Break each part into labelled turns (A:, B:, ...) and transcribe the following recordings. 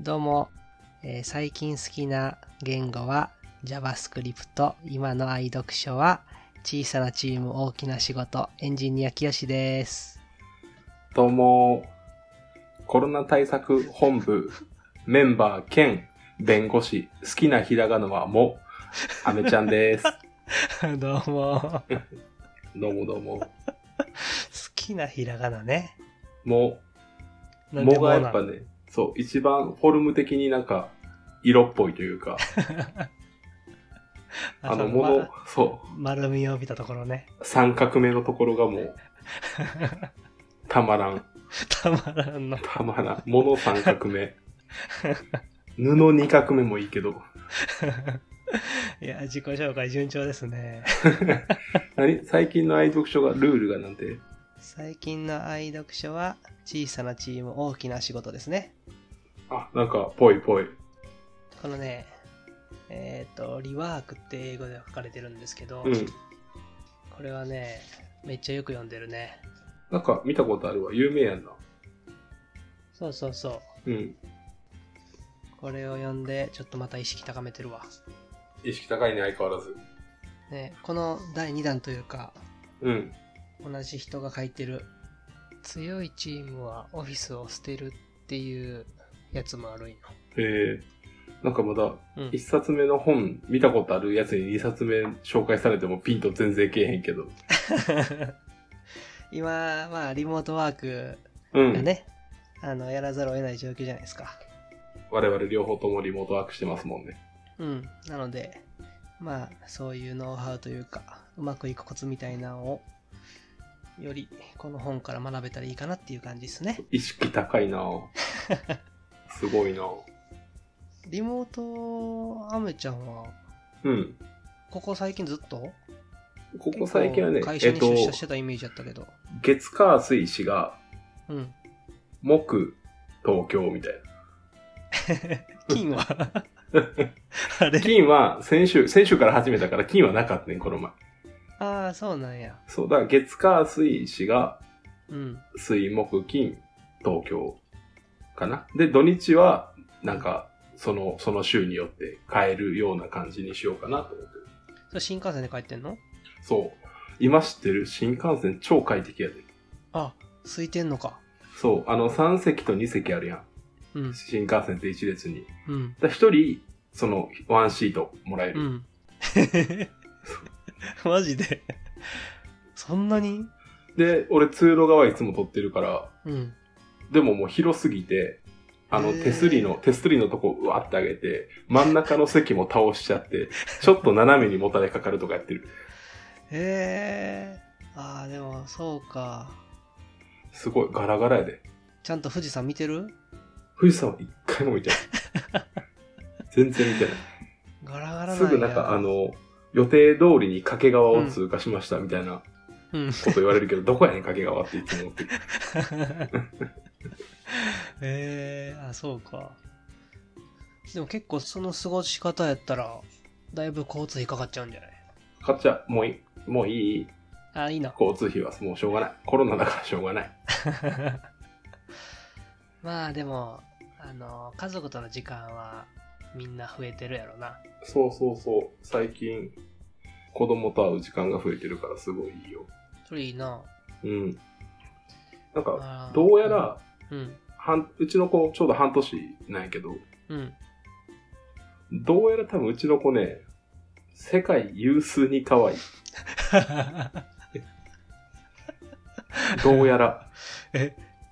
A: どうも、えー最近好きな言語は JavaScript、今の愛読書は小さなチーム大きな仕事、エンジニアきよしです。
B: どうも、コロナ対策本部、メンバー兼弁護士、好きなひらがなはも、アメちゃんです。
A: どうも。好
B: どうもどうも。
A: きなひらがなね。
B: も、
A: なんで
B: もが
A: な
B: やっぱね、そう、一番フォルム的になんか、色っぽいというか、あの、もの、そ
A: 丸みを帯びたところね。
B: う、三角目のところがもう、たまらん、
A: たまらんの。
B: たまらん、もの三角目。布二角目もいいけど、
A: いや、自己紹介順調ですね。
B: 何最近の愛読書が、ルールがなんて、
A: 最近の愛読書は小さなチーム大きな仕事ですね。
B: あ、なんか、ぽいぽい。
A: このね、えっ、と、リワークって英語では書かれてるんですけど、
B: うん。
A: これはね、めっちゃよく読んでるね。
B: なんか、見たことあるわ。有名やんな。
A: そうそうそう。
B: うん。
A: これを読んで、ちょっとまた意識高めてるわ。
B: 意識高いね、相変わらず。
A: ね、この第2弾というか、
B: うん。
A: 同じ人が書いてる、強いチームはオフィスを捨てるっていうやつもあるんよ。
B: えー、なんかまだ、
A: うん
B: 一冊目の本、見たことあるやつに二冊目紹介されてもピンと全然けえへんけど。
A: 今はリモートワーク
B: う
A: が
B: ん。
A: ね、あのやらざるを得ない状況じゃないですか。
B: 我々両方ともリモートワークしてますもんね。
A: うん、なので、まあ、そういうノウハウというか、うまくいくコツみたいなのを、よりこの本から学べたらいいかなっていう感じですね。
B: 意識 高いなぁすごいなぁ
A: リモート、アメちゃんは、
B: うん。
A: ここ最近ずっと
B: ここ最近はね
A: 結構、会
B: え
A: 社
B: っ
A: に
B: と
A: 出、社してたイメージだったけど。
B: 月火水死が、
A: うん。
B: 木、東京みたいな。
A: 金はあれ
B: 金は先週、先週から始めたから金はなかったね、この前。
A: ああ、そうなんや。
B: そう、だから月火水死が
A: うん。
B: 水木金東京かな。で、土日はなんか、その、その週によって変えるような感じにしようかなと思ってる。
A: それ新幹線で帰ってんの
B: そう。今知ってる新幹線超快適やで。
A: あ、空いてんのか。
B: そう、あの3席と2席あるやん。
A: うん。
B: 新幹線って1列に。
A: うん。
B: だ1人、その、ワンシートもらえ
A: う
B: る。
A: ん。 マジで。 そんなに
B: で、俺通路側いつも取ってるから、
A: うん。
B: でももう広すぎて、あの
A: へー
B: 手すりの、手すりのとこうわって上げて、真ん中の席も倒しちゃって、ちょっと斜めにもたれかかるとかやってる。
A: へえ。ああ、でも、そうか。
B: すごい、ガラガラやで。
A: ちゃんと富士山見てる
B: 富士山は一回も見 てない。全然見てな
A: ガラガラ
B: い。
A: ん
B: す
A: や
B: ぐなんかあ、の、予定通りに掛川を通過しましたみたいな
A: うん。
B: こと言われるけど、どこやねん掛川っていつも思ってる。
A: へえあ、そうか。でも結構その過ごし方やったら、だいぶ交通費かかっちゃうんじゃない
B: かっちゃん、もういい。もういい
A: あ、いいな。
B: 交通費はもうしょうがない。コロナだからしょうがない。
A: まあでも、あの、家族との時間はみんな増えてるやろな。
B: そうそうそう。最近、子供と会う時間が増えてるからすごいいいよ。
A: それいいな。
B: うん。なんか、
A: あー
B: どうや、ら、
A: うん、
B: はん、うちの子、ちょうど半年なんやけど、
A: うん。
B: どうやら多分うちの子ね、世界有数に可愛い。どうやら。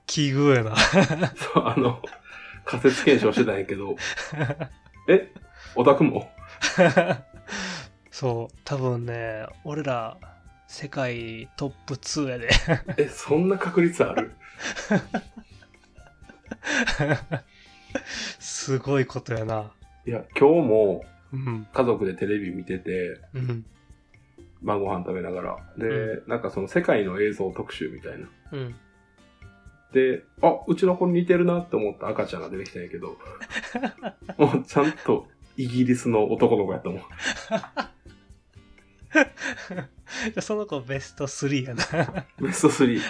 A: 奇遇やな。
B: そう、あの、仮説検証してたんやけど、えオタクも
A: そう、多分ね、俺ら、世界トップ2やで。
B: え、そんな確率ある
A: すごいことやな。
B: いや、今日も
A: うん、
B: 家族でテレビ見てて、
A: うん、
B: 晩ご飯食べながら。で、
A: う
B: なんかその世界の映像特集みたいな。
A: うん。
B: で、あ、うちの子に似てるなって思った赤ちゃんが出てきたんやけど、もうちゃんとイギリスの男の子やと思う。
A: じゃその子ベスト3やな。
B: ベスト3。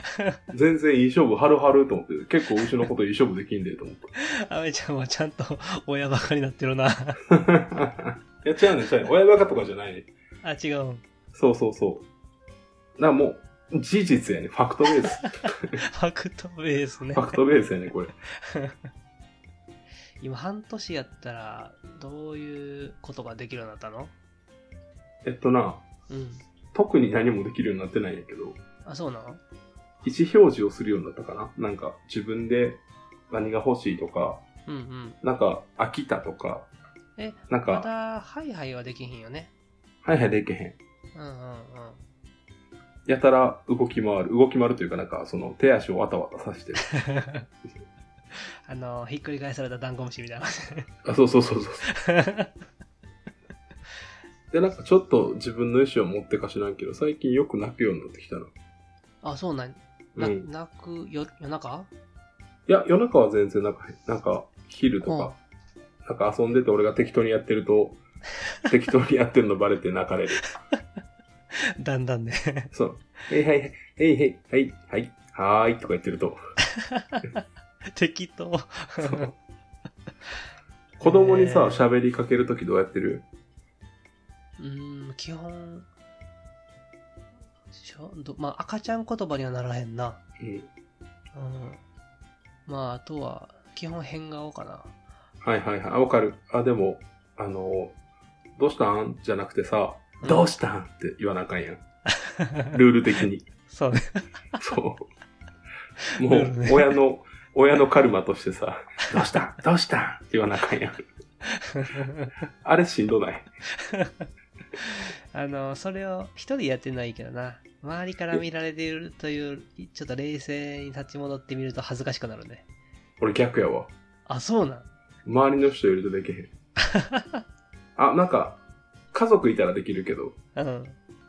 B: 全然いい勝負、はるはると思って、結構うちのこといい勝負できんで、と思 って。
A: アメちゃんはちゃんと親バカになってるな。
B: いや、違うね、違うね。親バカとかじゃないね。
A: あ、違うん。
B: そうそうそう。だからもう、事実やね。ファクトベース。
A: ファクトベースね
B: フ。ァクトベースやね、これ。
A: 今半年やったら、どういうことができるようになったの
B: えっとな、
A: うん。
B: 特に何もできるようになってないんやけど、
A: あ、そうなの
B: 位置表示をするようになったかな。なんか、自分で何が欲しいとか、
A: うんうん。
B: なんか、飽きたとか、
A: え、
B: なん
A: ま
B: か、
A: だ、ハイハイはできひんよね。
B: はいはいできへん。
A: うんうんうん。
B: やたら動き回る。動き回るというか、なんか、その、手足をわたわたさしてる。
A: あの、ひっくり返されたダンゴムシみたいな。
B: あ、そうそうそうそう。で、なんか、ちょっと自分の意思を持ってかしらんけど、最近よく泣くようになってきたな。
A: あ、そうなん。な
B: うん。
A: 泣くよ夜中
B: いや、夜中は全然なんか、なんか、昼とか、なんか遊んでて俺が適当にやってると、 適当にやってるのバレて泣かれる。
A: だんだんね。
B: そう。えいはいはい、えいはい、はい、はい、はーいとか言ってる と、
A: 適 当。
B: そう子供にさ
A: へ、ー
B: 喋りかけるときどうやってる
A: うーん、基本、しょどまあ、赤ちゃん言葉にはならへんな。
B: うん。
A: うん。まあ、あとは、基本変顔かな。
B: はいはいはい。あ、わかる。あ、でも、あの、どうしたんじゃなくてさ、
A: うん
B: どうしたんって言わなあかんやん。ルール的に。
A: そうね。
B: そう。も
A: ルール
B: う
A: ね、
B: 親の、親のカルマとしてさ、どうしたんどうしたんって言わなあかんやん。あれしんどない。
A: あの、それを一人やってないけどな。周りから見られているという、ちょっと冷静に立ち戻ってみると恥ずかしくなるね。
B: 俺逆やわ。
A: あ、そうなん。
B: 周りの人いるとできへん。あ、なんか、家族いたらできるけど、
A: うん。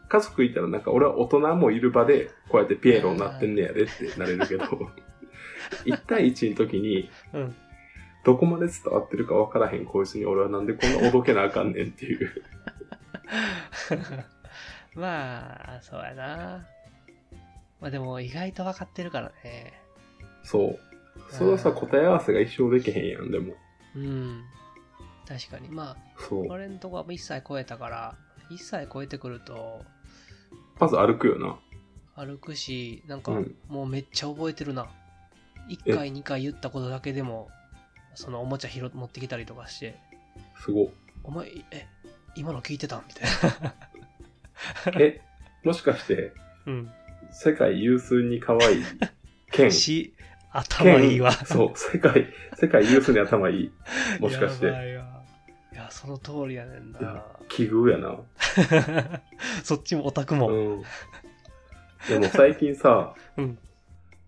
B: 家族いたらなんか俺は大人もいる場で、こうやってピエロになってんねやでってなれるけど、1対1の時に、
A: うん。
B: どこまで伝わってるか分からへんこいつに俺はなんでこんなおどけなあかんねんっていう。
A: まあ、そうやな。まあでも、意外と分かってるからね。
B: そう。それはさ、
A: うん
B: 答え合わせが一生できへんやん、でも。
A: うん。確かに。まあ、
B: そう。
A: 俺んとこは1歳超えたから、1歳超えてくると、
B: まず歩くよな。
A: 歩くし、なんか
B: うん、
A: もうめっちゃ覚えてるな。1回、2回言ったことだけでも、そのおもちゃ拾持ってきたりとかして、
B: すご。
A: お前、え、今の聞いてたみたいな。
B: え、もしかして、
A: う
B: 世界有数に可愛い、剣
A: ん。。し、 頭いいわ。
B: 剣 そう、世界、世界有数に 頭いい。もしかし
A: や
B: て、
A: ばいわいや、その通りやねん
B: い
A: な
B: や。奇遇やな。
A: そっちもオタクも。
B: うん。でも最近さ、
A: うん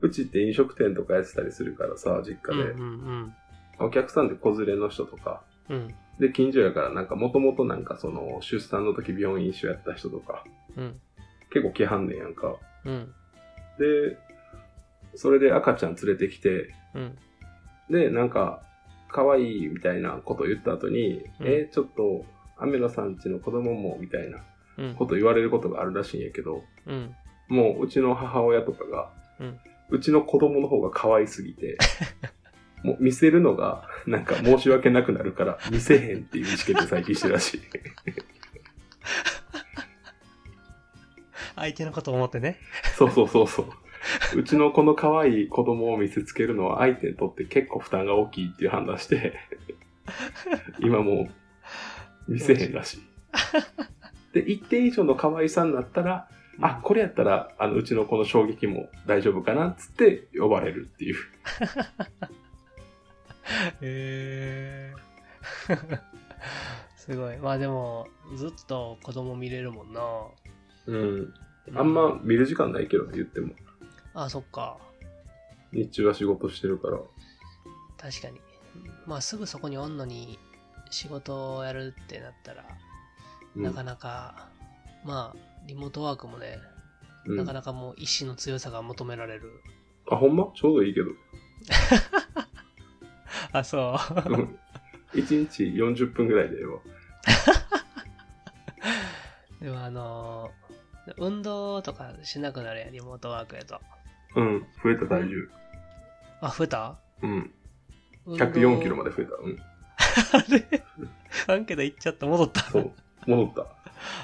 B: うちって飲食店とかやってたりするからさ、実家で。
A: うん
B: お客さんって子連れの人とか、
A: うんうん。
B: で、近所やから、なんか、もともとなんか、その、出産の時病院一緒やった人とか、
A: うん
B: 結構来はんねんやんか。
A: うん
B: で、それで赤ちゃん連れてきて、
A: うん
B: で、なんか、可愛いみたいなこと言った後に、
A: うん
B: えーちょっと、雨野さんちの子供も、みたいな
A: うん
B: こと言われることがあるらしいんやけど、
A: うん。
B: もう、うちの母親とかが、
A: うん
B: うちの子供の方が可愛すぎて、もう見せるのが、なんか申し訳なくなるから、見せへんっていう意識で最近してるらしい。
A: 相手のことを思ってね。
B: そうそうそうそう。うちのこの可愛い子供を見せつけるのは相手にとって結構負担が大きいっていう判断して、今もう見せへんらしい。で、一定以上の可愛さになったら、あ、これやったら、あの、うちのこの衝撃も大丈夫かなっつって呼ばれるっていう。
A: へえ。 すごい。まあでも、ずっと子供見れるもんな。
B: うん。あんま。見る時間ないけどね、言っても。
A: あ、そっか。
B: 日中は仕事してるから。
A: 確かに。まあすぐそこにおんのに、仕事をやるってなったら、
B: うん
A: なかなか、まあ、リモートワークもね、
B: うん
A: なかなかもう意志の強さが求められる。
B: あ、ほんまちょうどいいけど。
A: あ、そう。
B: うん一日40分ぐらいでええわ。
A: でもあのー運動とかしなくなるやんリモートワークやと。
B: うん、増えた体重。
A: あ、増えた
B: うん。104キロま
A: で。
B: で増えた。うん。
A: あれ アンケート行っちゃった、戻った。
B: そう。戻った。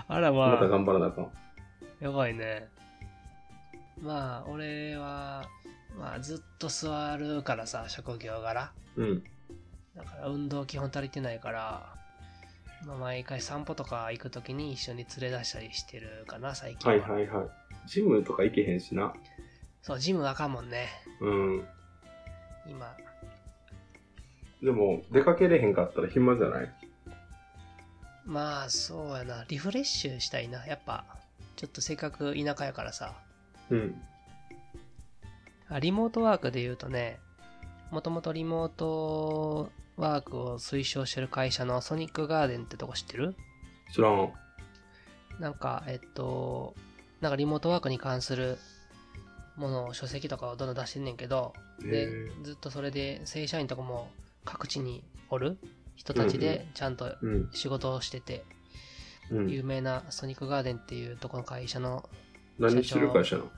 A: あら
B: ま
A: ま
B: た
A: あ、
B: 頑張らなあかん。
A: やばいね。まあ、俺は、まあ、ずっと座るからさ、職業柄。
B: うん。
A: だから運動基本足りてないから、まあ、毎回散歩とか行くときに一緒に連れ出したりしてるかな、最近
B: はいはいはい。ジムとか行けへんしな。
A: そう、ジムあかんもんね、
B: うん。
A: 今。
B: でも、出かけれへんかったら暇じゃない
A: まあ、そうやな、リフレッシュしたいな。やっぱ、ちょっとせっかく田舎やからさ。
B: うん。
A: あリモートワークで言うとね、もともとリモートワークを推奨してる会社のソニックガーデンってとこ知ってる
B: 知らん。
A: なんか、えっと、なんかリモートワークに関するものを書籍とかをどんどん出してんねんけど、で
B: へ、
A: ずっとそれで正社員とかも各地におる人たち
B: う
A: でちゃんと
B: うん。
A: 仕事をしてて、
B: うん。
A: 有名なソニックガーデンっていうとこの会社の
B: 何してる会社なの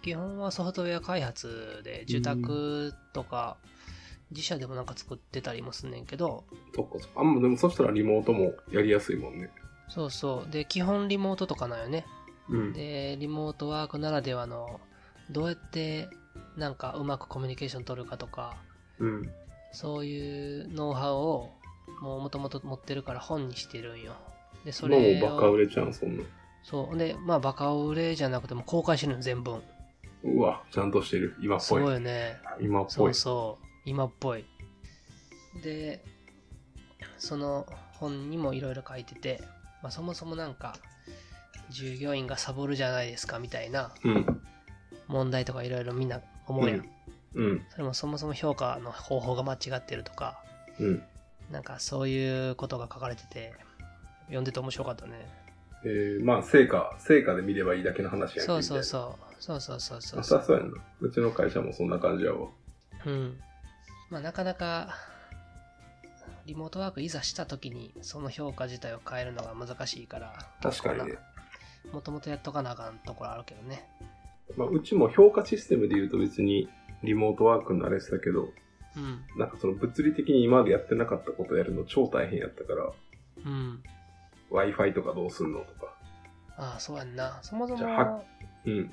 A: 基本はソフトウェア開発で住宅とか自社でもなんか作ってたりもすんねんけど
B: そっかそっか。あんま、でもそしたらリモートもやりやすいもんね。
A: そうそうで基本リモートとかなんよね
B: うん。
A: でリモートワークならではのどうやってなんかうまくコミュニケーション取るかとか
B: うん。
A: そういうノウハウをもうもともと持ってるから本にしてるんよでそ
B: それ
A: れ
B: もうバカ
A: を
B: 売れちゃう、そんな。
A: そうでまあバカ売れじゃなくても公開してるの全文
B: うわ、ちゃんとしてる。今っ
A: す
B: ぽい。
A: ごいよね
B: 今っ
A: そ。
B: ぽいう
A: そう、今っぽい。で、その本にもいろいろ書いてて、まあ、そもそもなんか、従業員がサボるじゃないですかみたいな
B: うん。
A: 問題とかいろいろみんな思うやん。
B: うんうん。
A: それもそもそも評価の方法が間違ってるとか、
B: うん。
A: なんかそういうことが書かれてて、読んでて面白かったね。
B: えー、まあ、成果、成果で見ればいいだけの話やんけ
A: そうそう
B: う。
A: そう。そうそうそうそ
B: あ
A: う
B: そうそうやんな。うちの会社もそんな感じやわ。
A: うん。まあ、なかなか、リモートワークいざした時に、その評価自体を変えるのが難しいから、
B: 確かにね。
A: もともとやっとかなあかんところあるけどね。
B: まあ、うちも評価システムで言うと別にリモートワークになれてたけど、
A: うん。
B: なんかその物理的に今までやってなかったことやるの超大変やったから、
A: うん。
B: Wi-Fi とかどうすんのとか。
A: ああ、そうやんな。そもそ
B: じゃ
A: も、
B: うん。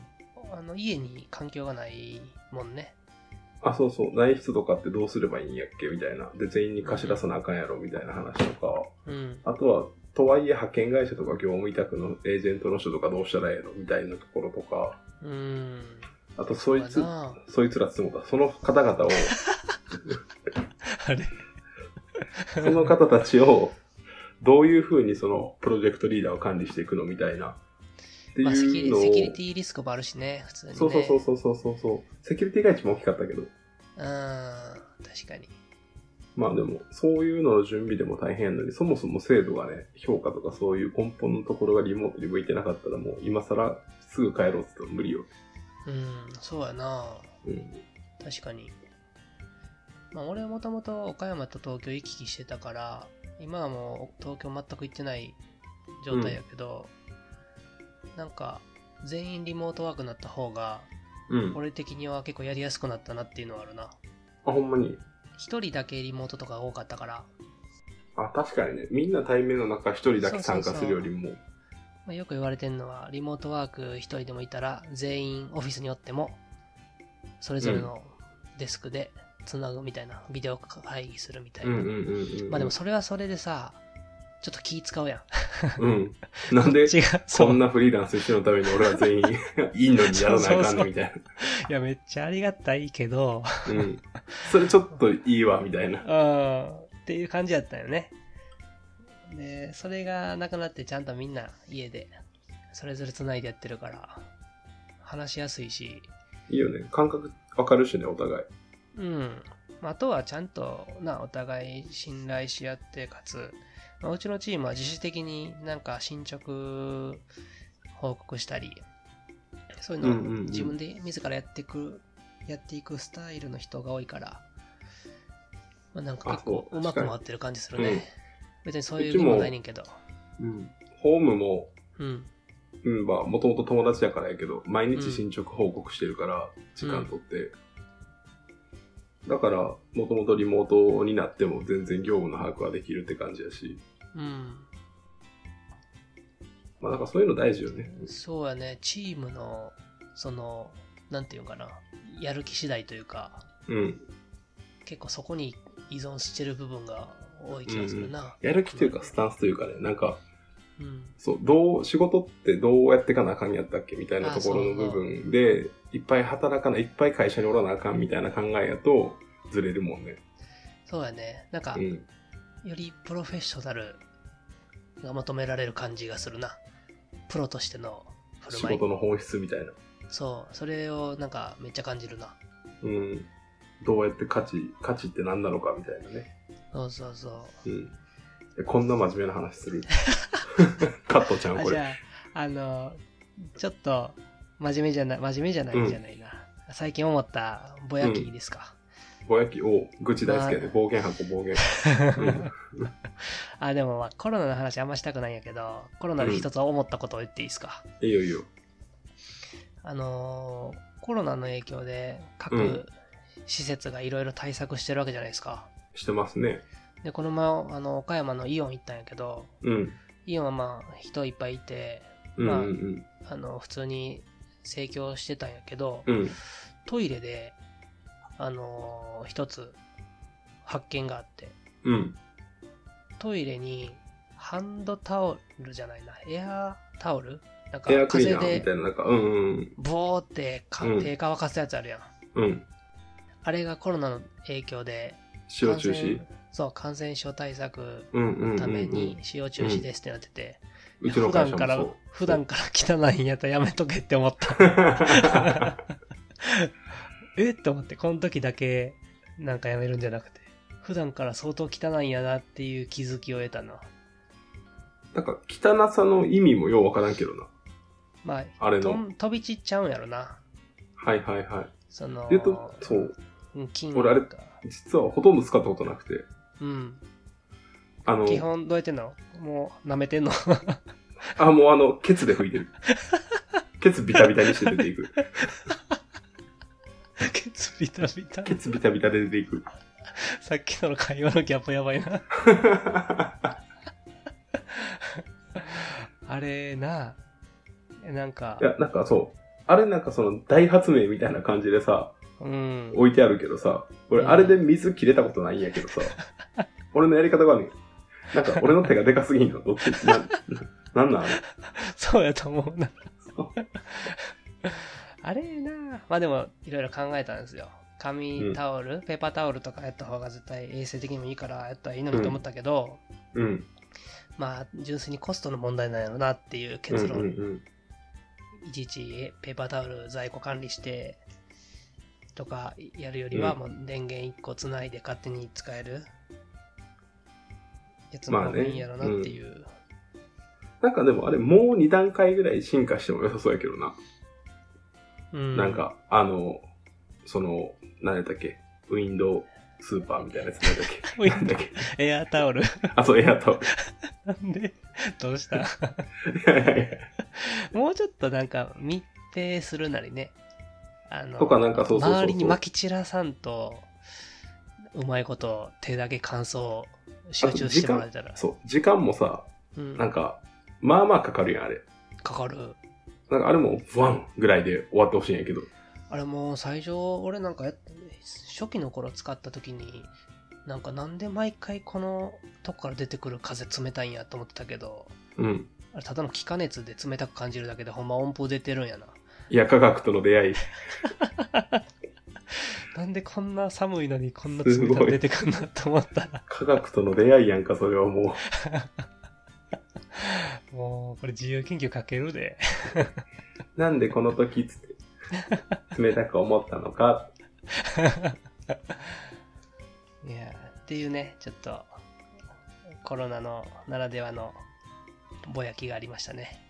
A: あの、家に環境がないもんね。
B: あ、そうそう、内出とかってどうすればいいんやっけみたいな。で、全員に貸し出さなあかんやろみたいな話とか。
A: うん。
B: あとは、とはいえ派遣会社とか業務委託のエージェントの人とかどうしたらええのみたいなところとか。
A: うん。
B: あと、そい
A: そう
B: つ
A: や、な
B: そいつらってもた。その方々を、
A: あれ
B: その方たちを、どういうふうにそのプロジェクトリーダーを管理していくのみたいな。って
A: まあセキュ
B: いう
A: リ
B: のを、
A: セキュリティリスクもあるしね、普通にね。
B: そうそうそうそうそうそうそう。セキュリティが一番大きかったけど。
A: うん。確かに。
B: まあでも、そういうのの準備でも大変やのに、そもそも制度がね、評価とかそういう根本のところがリモートに向いてなかったら、もう今更すぐ帰ろうって言っても無理よ。
A: うん、そうやな。
B: うん。
A: 確かに。まあ、俺はもともと岡山と東京行き来してたから、今はもう東京全く行ってない状態やけど、なんか、全員リモートワークになった方が、
B: うん。
A: 俺的には結構やりやすくなったなっていうのはあるな。
B: あ、ほんまに。
A: 一人だけリモートとかが多かったから、
B: あ、確かにね、みんな対面の中一人だけ参加するよりも、
A: まあ、よく言われてるのは、リモートワーク一人でもいたら、全員オフィスによっても、それぞれのデスクでつなぐみたいな、ビデオ会議するみたい
B: うん
A: な。
B: うんうんうん。
A: まあでもそれはそれでさ、ちょっと気使うやん。
B: うん。なんで、
A: 違う、
B: こん
A: な。
B: なフリーランスしてのために俺は 全員いいのにやらなあかんねんみたい
A: いや、めっちゃありがたいけど、
B: な。うん。それちょっといいわ、みたいな。
A: うん、っていう感じだったよね。で、それがなくなってちゃんとみんな家で、それぞれ繋いでやってるから、話しやすいし、
B: いいよね。感覚わかるしね、お互い。
A: うん。まああとはちゃんとな、お互い信頼し合って、かつ、まあうちのチームは自主的になんか進捗報告したり、そういう
B: うんうん
A: のを
B: うん
A: 自分で自らやってく、やっていくスタイルの人が多いから、まあ、なんか結構
B: あそう
A: うまく
B: 確かに
A: 回ってる感じするね。
B: うん
A: 別にそういう
B: うち
A: 意味
B: も
A: もないねんけど。
B: うん。ホームも
A: うん。
B: うん、まあ、もともと友達だからやけど、毎日進捗報告してるから、時間取って。だから、もともとリモートになっても全然業務の把握はできるって感じやし、
A: うん。
B: まあ、なんかそういうの大事よね。
A: そうやね、チームの、その、なんていうんかな、やる気次第というか、
B: うん。
A: 結構そこに依存してる部分が多い気がするな。
B: やる気というか、スタンスというかね、なんか、
A: うん。
B: そう、どう、仕事ってどうやってかなあかんやったっけみたいなところの部分で、いっぱい働かない、いっぱい会社におらなあかんみたいな考えやと、ずれるもんね。
A: そうやね、なんか
B: う、ん。
A: よりプロフェッショナルが求められる感じがするな。プロとしての振る
B: 仕
A: 舞い
B: 事。の本質みたいな。
A: そう、それをなんかめっちゃ感じるな。
B: うん。どうやって価値、価値って何なのかみたいなね。
A: そうそうそう。
B: うん。えこんな真面目な 話する。カットちゃん、
A: あ
B: こ
A: じ
B: れ。
A: ゃあ、あの、ちょっと、真面目じゃない、真面目じゃない
B: うん
A: じゃないな。最近思ったぼやきですか。
B: ぼやき、お愚痴大好きやで、
A: まあ
B: 暴言箱、暴言。 うん
A: あ、でも、まあ、コロナの話あんましたくないんやけど、コロナで一つ思ったことを言っていいですか。
B: いいよいいよ。
A: あのー、コロナの影響で、各、
B: うん
A: 施設がいろいろ対策してるわけじゃないですか。
B: してますね。
A: で、この前、あの、岡山のイオン行ったんやけど、
B: うん。
A: イオンはまあ、人いっぱいいて、
B: うんう
A: まあ
B: ん
A: あの、普通に盛況してたんやけど、
B: うん。うん。
A: トイレで、あのー一つ発見があって、
B: うん。
A: トイレにハンドタオルじゃないな、エアタオルなんか
B: エアクリー
A: 風
B: ナーみた
A: で
B: いな、なんか、うんうん
A: ボーってか
B: うん
A: 手乾かすやつあるやん。
B: うん。うん。
A: あれがコロナの影響で、
B: 使用中止
A: 感染そう、感染症対策
B: うんうんうんうん。
A: のために使用中止ですってなってて、
B: うち
A: いや
B: の
A: 普
B: 会
A: 段
B: 社
A: から
B: もそう。、
A: 普段から汚いんやったらやめとけって思った。 えっと思って、この時だけなんかやめるんじゃなくて、普段から相当汚いんやなっていう気づきを得たな。
B: なんか、汚さの意味もようわからんけどな。
A: まあ、
B: あれ
A: と
B: の。
A: ん飛び散っちゃうんやろな。
B: はいはいはい。
A: その、
B: 言うと、そう。
A: うん菌
B: 俺あれ
A: とか。
B: 実はほとんど使ったことなくて。
A: うん。
B: あの、
A: 基本どうやってんのもう舐めてんの
B: あ、もうあの、ケツで拭いてる。 ケツビタビタにして出ていく。
A: ケツビタビタ。
B: ケツビタビタで出ていく。
A: さっきの会話のギャップやばいな。 あれな、なんか
B: い、や、なんかそう。あれなんかその大発明みたいな感じでさ、
A: うん。
B: 置いてあるけどさ、俺
A: うん
B: あれで水切れたことないんやけ どさ、俺のやり方がね、なんか俺の手がでかすぎんの、どっち、な、なんなんあれ
A: そうやと思う な
B: そう。
A: あれなまあでもいろいろ考えたんですよ。紙タオル、ペーパータオルとかやった方が絶対衛生的にもいいからやったらいいのにと思ったけど、
B: うん。
A: まあ純粋にコストの問題なんやろなっていう
B: うん
A: 結論、
B: うんうん。
A: いちいちペーパータオル在庫管理してとかやるよりは
B: うん
A: もう電源1個つないで勝手に使えるやつの
B: まあ
A: 方
B: ね
A: がいいんやろなっていう。
B: なんかでもあれもう2段階ぐらい進化しても良さそうやけどな。
A: うん
B: なんか、あの、その、何やったっけウィンドウスーパーみたいなやつ何やったっけ
A: ウィ
B: なん
A: ンド
B: だ
A: ウ
B: っけ
A: エアタオル
B: あ、そう、エアと。
A: なんでどうした
B: いやいやいや
A: もうちょっとなんか密閉するなりね。あの
B: とかなんかそうそうそうそう
A: 周りにまき散らさんと、うまいこと手だけ乾燥集中してもらえたら。
B: そう、時間もさ、
A: うん、
B: なんか、まあまあかかるやん、あれ。
A: かかる。
B: なんかあれも、ワンぐらいで終わってほしいんやけど。
A: あれもう最初、俺なんかやっ初期の頃使った時に、なんかなんで毎回このとこから出てくる風冷たいんやと思ってたけど、
B: うん。
A: あれただの気化熱で冷たく感じるだけでほんま温風出てるんやな。
B: いや、科学との出会い。
A: なんでこんな寒いのにこんな冷たく出てくるなと思ったら。
B: 科学との出会いやんか、それはもう。
A: もう、これ自由研究かけるで。
B: なんでこの時、つって、冷たく思ったのか。
A: いやー、っていうね、ちょっと、コロナのならではのぼやきがありましたね。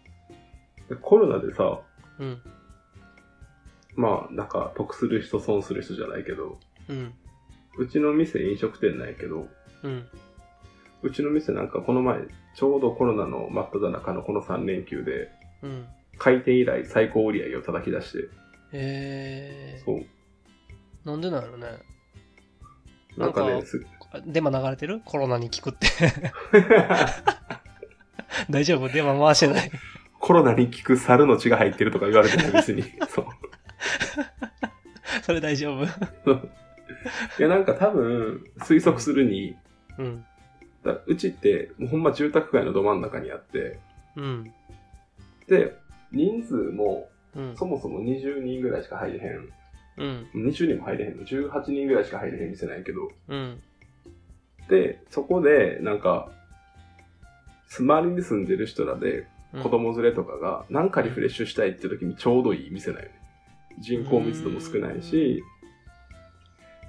B: コロナでさ、
A: うん、
B: まあ、なんか、得する人、損する人じゃないけど、
A: うん、
B: うちの店飲食店なんやけど、
A: うん、
B: うちの店なんかこの前、ちょうどコロナの真っ只中のこの3連休で、
A: うん。
B: 開店以来最高売り上げを叩き出して、
A: え
B: そう。
A: ー、なんでなんやろね。
B: なんか
A: な
B: ね、
A: んか
B: す
A: あデマ流れてるコロナに効く って。大丈夫デマ回してない。
B: コロナに効く猿の血が入ってるとか言われてる 別に。そう。
A: それ大丈夫
B: いや、なんか多分、推測するに、
A: うん。
B: だうちって、もうほんま住宅街のど真ん中にあって、
A: うん。
B: で、人数も、
A: うん
B: そ。もそも20人ぐらいしか入れへん。
A: うん。
B: 20人も入れへんの。18人ぐらいしか入れへん店なんやけど。
A: うん。
B: で、そこで、なんか、周りに住んでる人らで、
A: うん
B: 子供連れとかが、なんかリフレッシュしたいって時にちょうどいい店だよね。人口密度も少ないし、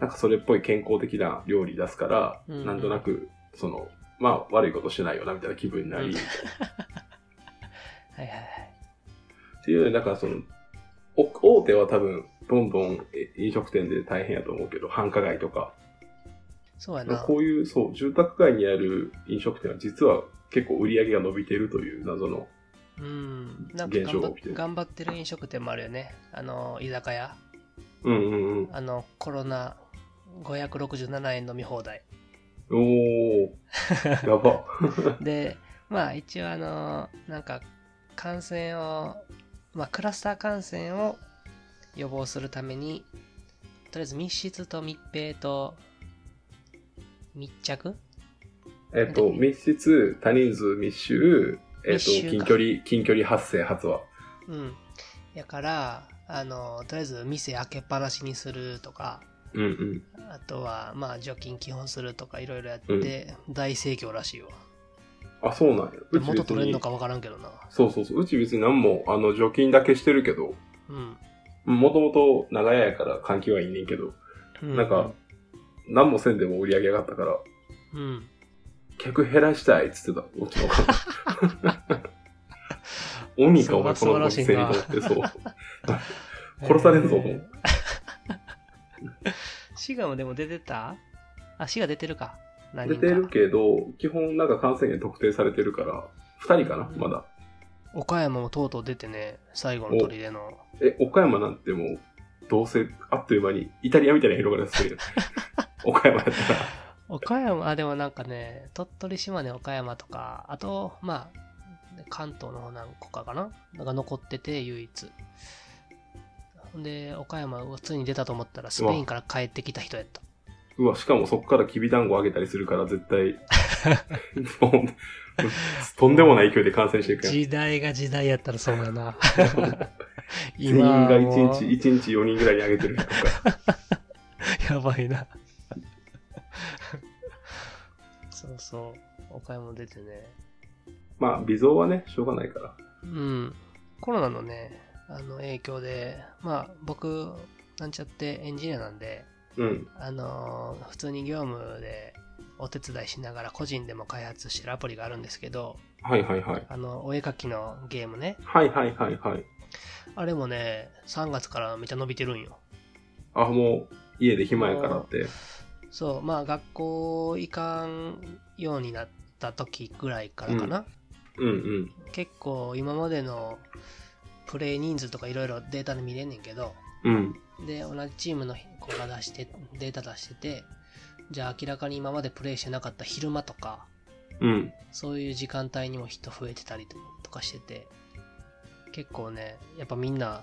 B: なんかそれっぽい健康的な料理出すから、
A: うん
B: なんとなく、その、まあ悪いことしてないよなみたいな気分になり、
A: うん
B: っ
A: はいはいはい。
B: ていうので、だからその、お大手は多分、どんどんえ飲食店で大変やと思うけど、繁華街とか、
A: そうやな。
B: こういう、そう、住宅街にある飲食店は実は結構売り上げが伸びてるという謎の、
A: うん。なんか
B: 現
A: 頑
B: 象が
A: 張
B: 起きてる
A: 頑張ってる飲食店もあるよね。あの、居酒屋。
B: うんうん
A: あの、コロナ567円飲み放題。
B: うん。おー、やば。
A: で、まあ一応あの、なんか感染を、まあクラスター感染を予防するために、とりあえず密室と密閉と密着
B: えっと、密室、多人数密集、えっ
A: 密
B: と、
A: 集
B: 近
A: か
B: 距離、近距離発生、発話。
A: うん。やから、あの、とりあえず店開けっぱなしにするとか、
B: うんうん。
A: あとは、まあ、除菌基本するとかいろいろやって、大盛況らしいわ。
B: あ、そうなんや。うち
A: 元
B: 別
A: 取れる
B: に
A: の。かわからんけどな。
B: そうそうそう。うち別に何も、あの、除菌だけしてるけど、
A: うん。
B: もともと長屋やから換気はいいねんけど、
A: う
B: なんか、何もせんでも売り上げ上がったから、
A: うん。
B: 客減らしたいっつってた、うちのおかん。鬼か、お前、こ
A: 素晴
B: の
A: ら
B: 学
A: しい
B: 生に
A: な
B: とって、そう。殺されんぞもう
A: シガもでも出てたあ、シガ出てるか。何
B: 出
A: 人
B: て
A: か
B: るけど、基本なんか感染源特定されてるから、二人かな、
A: うん
B: まだ。
A: 岡山もとうとう出てね、最後の砦の。
B: え、岡山なんてもう、どうせ、あっという間に、イタリアみたいな広がりで すけど、岡山やったら。
A: 岡山、あ、でもなんかね、鳥取、島根、岡山とか、あと、まあ、関東の方何個かかなが残ってて、唯一。ほんで、岡山、ついに出たと思ったら、スペインから帰ってきた人やった。
B: うわ、しかもそこからきび団子あげたりするから、絶 対、もうもうとんでもない勢いで感染していくやん。
A: 時代が時代やったらそうだな。
B: 全員
A: 今
B: が
A: はも
B: 1
A: う
B: 日、一日4人ぐらいにあげてるとか。
A: やばいな。 そうそう。岡山も出てね。
B: まあ、微増はね、しょうがないから。
A: うん。コロナのね、あの影響で、まあ僕、なんちゃってエンジニアなんで、
B: うん。
A: あのー普通に業務でお手伝いしながら個人でも開発してるアプリがあるんですけど、
B: はいはいはい。
A: あの、お絵描きのゲームね。
B: はいはいはいはい。
A: あれもね、3月からめっちゃ伸びてるんよ。
B: あ、もう、家で暇やからって。
A: そう、まあ学校行かんようになった時ぐらいからかな。
B: うんうん。
A: 結構今までのプレイ人数とかいろいろデータで見れんねんけど
B: うん。
A: で同じチームの子が出してデータ出しててじゃあ明らかに今までプレイしてなかった昼間とか
B: うん。
A: そういう時間帯にも人増えてたりとかしてて結構ねやっぱみんな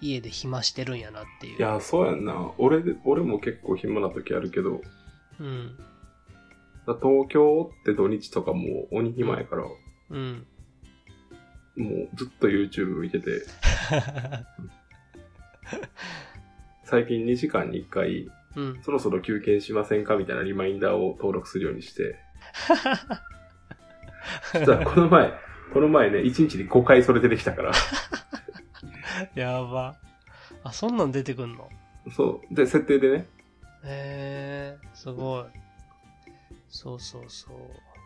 A: 家で暇してるんやなっていう
B: いや、そうやんな。俺で、俺も結構暇な時あるけど、
A: うん
B: だ東京って土日とかもう鬼暇やから、も
A: うん
B: うずっと YouTube 見てて、最近2時間に1回、
A: うん
B: そろそろ休憩しませんかみたいなリマインダーを登録するように して、実はこの前、この前ね、1日に5回それ出てきたから、
A: やばあそんなん出てくんの
B: そう。で、設定でね、
A: へえすごいそうそうそ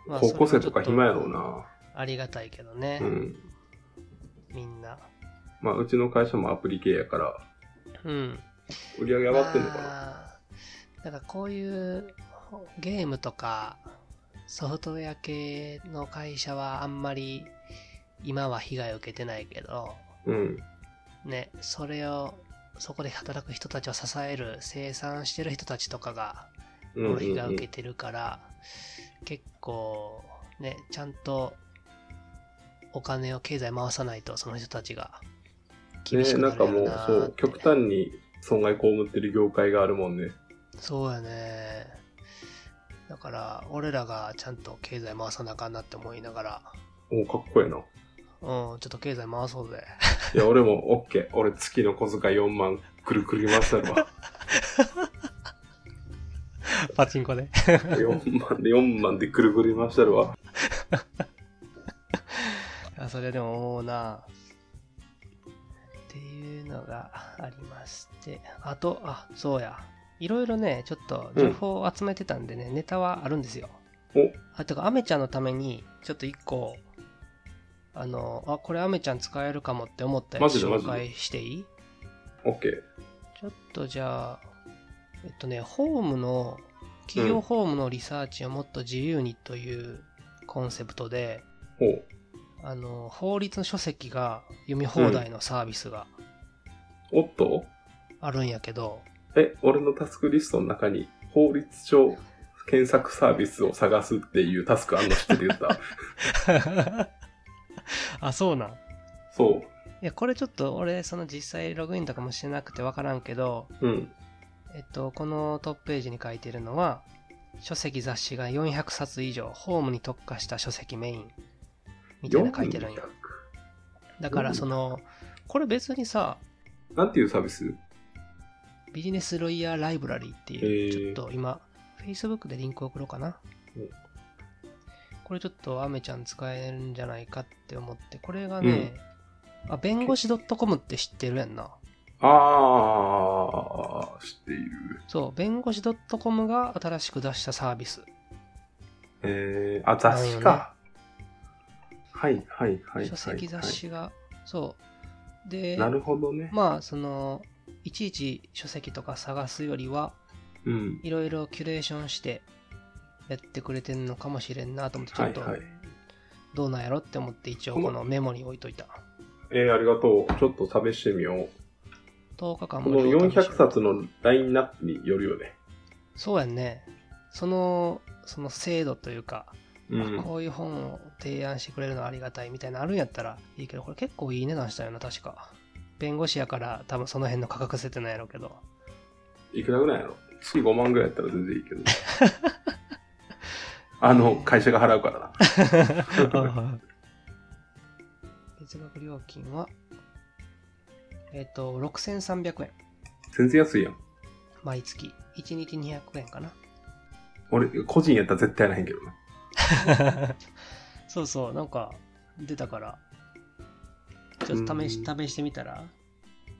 A: う、まあ
B: 高校生とか
A: それはち
B: 暇や
A: ょっ
B: ろうな。
A: ありがたいけどね、
B: うん。
A: みんな。
B: まあ、うちの会社もアプリ系やから、
A: うん。
B: 売り上げ上がってんのかな
A: まあなんかこういうゲームとか、ソフトウェア系の会社はあんまり今は被害を受けてないけど、
B: うん。
A: ね、それを、そこで働く人たちを支える、生産してる人たちとかが、
B: うん
A: こ
B: うん
A: の被害を
B: うん
A: 受けてるから、結構、ね、ちゃんとお金を経済回さないと、その人たちが厳し
B: ね、
A: く
B: な
A: なん
B: か
A: るやろ
B: もう、
A: な
B: そ
A: ーっ
B: う、
A: て
B: 極端に損害被ってる業界があるもんね。
A: そうやね。だから、俺らがちゃんと経済回さなあかんなって思いながら、
B: おかっこええ
A: うん、
B: な。い
A: ちょっと経済回そうぜ。
B: や、俺も、 オッケー。俺、月の小遣い4万、くるくる回したるわ。
A: パチン コで。
B: 4万で、4万でくるくる回したるわ。
A: あそれでも思うなっていうのがありましてあとあそうやいろいろねちょっと情報を集めてたんでね、ネタはあるんですよ
B: お
A: あとかアメちゃんのためにちょっと一個あのあこれアメちゃん使えるかもって思ったやつ
B: マジでマ
A: 紹
B: ジで
A: 介していい
B: オッケー。
A: ちょっとじゃあえっとねホームの企業ホームのリサーチをもっと自由にというコンセプトで、
B: ほう。
A: あの法律の書籍が読み放題のサービスが
B: おっと
A: あるんやけど、
B: え、俺のタスクリストの中に、法律上検索サービスを探すっていうタスクあんの知ってて 言った。
A: あそうなんい
B: そ
A: やこれちょっと俺その実際ログインとかもしてなくて分からんけど、
B: う。うん。
A: えっと、このトップページに書いてるのは書籍雑誌が400冊以上ホームに特化した書籍メインみたいな書いてるんよ
B: 400
A: だからそのこれ別にさ
B: なんていうサービス
A: ビジネスロイヤーライブラリーって
B: へ
A: い
B: ー
A: う、ちょっと今、Facebook でリンク送ろうかな
B: うん。
A: これちょっとアメちゃん使えるんじゃないかって思って、これがね、あ、弁護士 .com って知ってるやんな。
B: あー、知っている。
A: そう、弁護士 .com が新しく出したサービス。
B: えー、あ、雑誌か。はい、はい、はい、はい。
A: 書籍雑誌が、そう。で、
B: なるほどね。
A: まあ、その、いちいち書籍とか探すよりは、
B: うん。
A: いろいろキュレーションしてやってくれてんのかもしれんなと思って、ちょ
B: は
A: っ
B: い、
A: と
B: はい。
A: どうなんやろって思って一応このメモに置いといた
B: えー、ありがとう。ちょっと試してみよう。
A: 10日間
B: こ
A: 無
B: の
A: 料楽しめる
B: 400冊のラインナップによるよね。
A: そうやんねそのその制度というか、
B: う
A: あ
B: ん。
A: こういう本を提案してくれるのありがたいみたいなのあるんやったらいいけどこれ結構いい値段したよな確か弁護士やから多分その辺の価格設定なんやろうけ ど
B: いくらぐらいやろ月5万ぐらいやったら全然いいけ ど。あの、会社が払うからな。
A: 月額料金はえっ、と6300円
B: 全然安いやん。
A: 毎月1日200円か な
B: 俺、個人やったら絶対やらへんけどな。
A: そうそう、なんか出たから、ちょっと試し試してみたら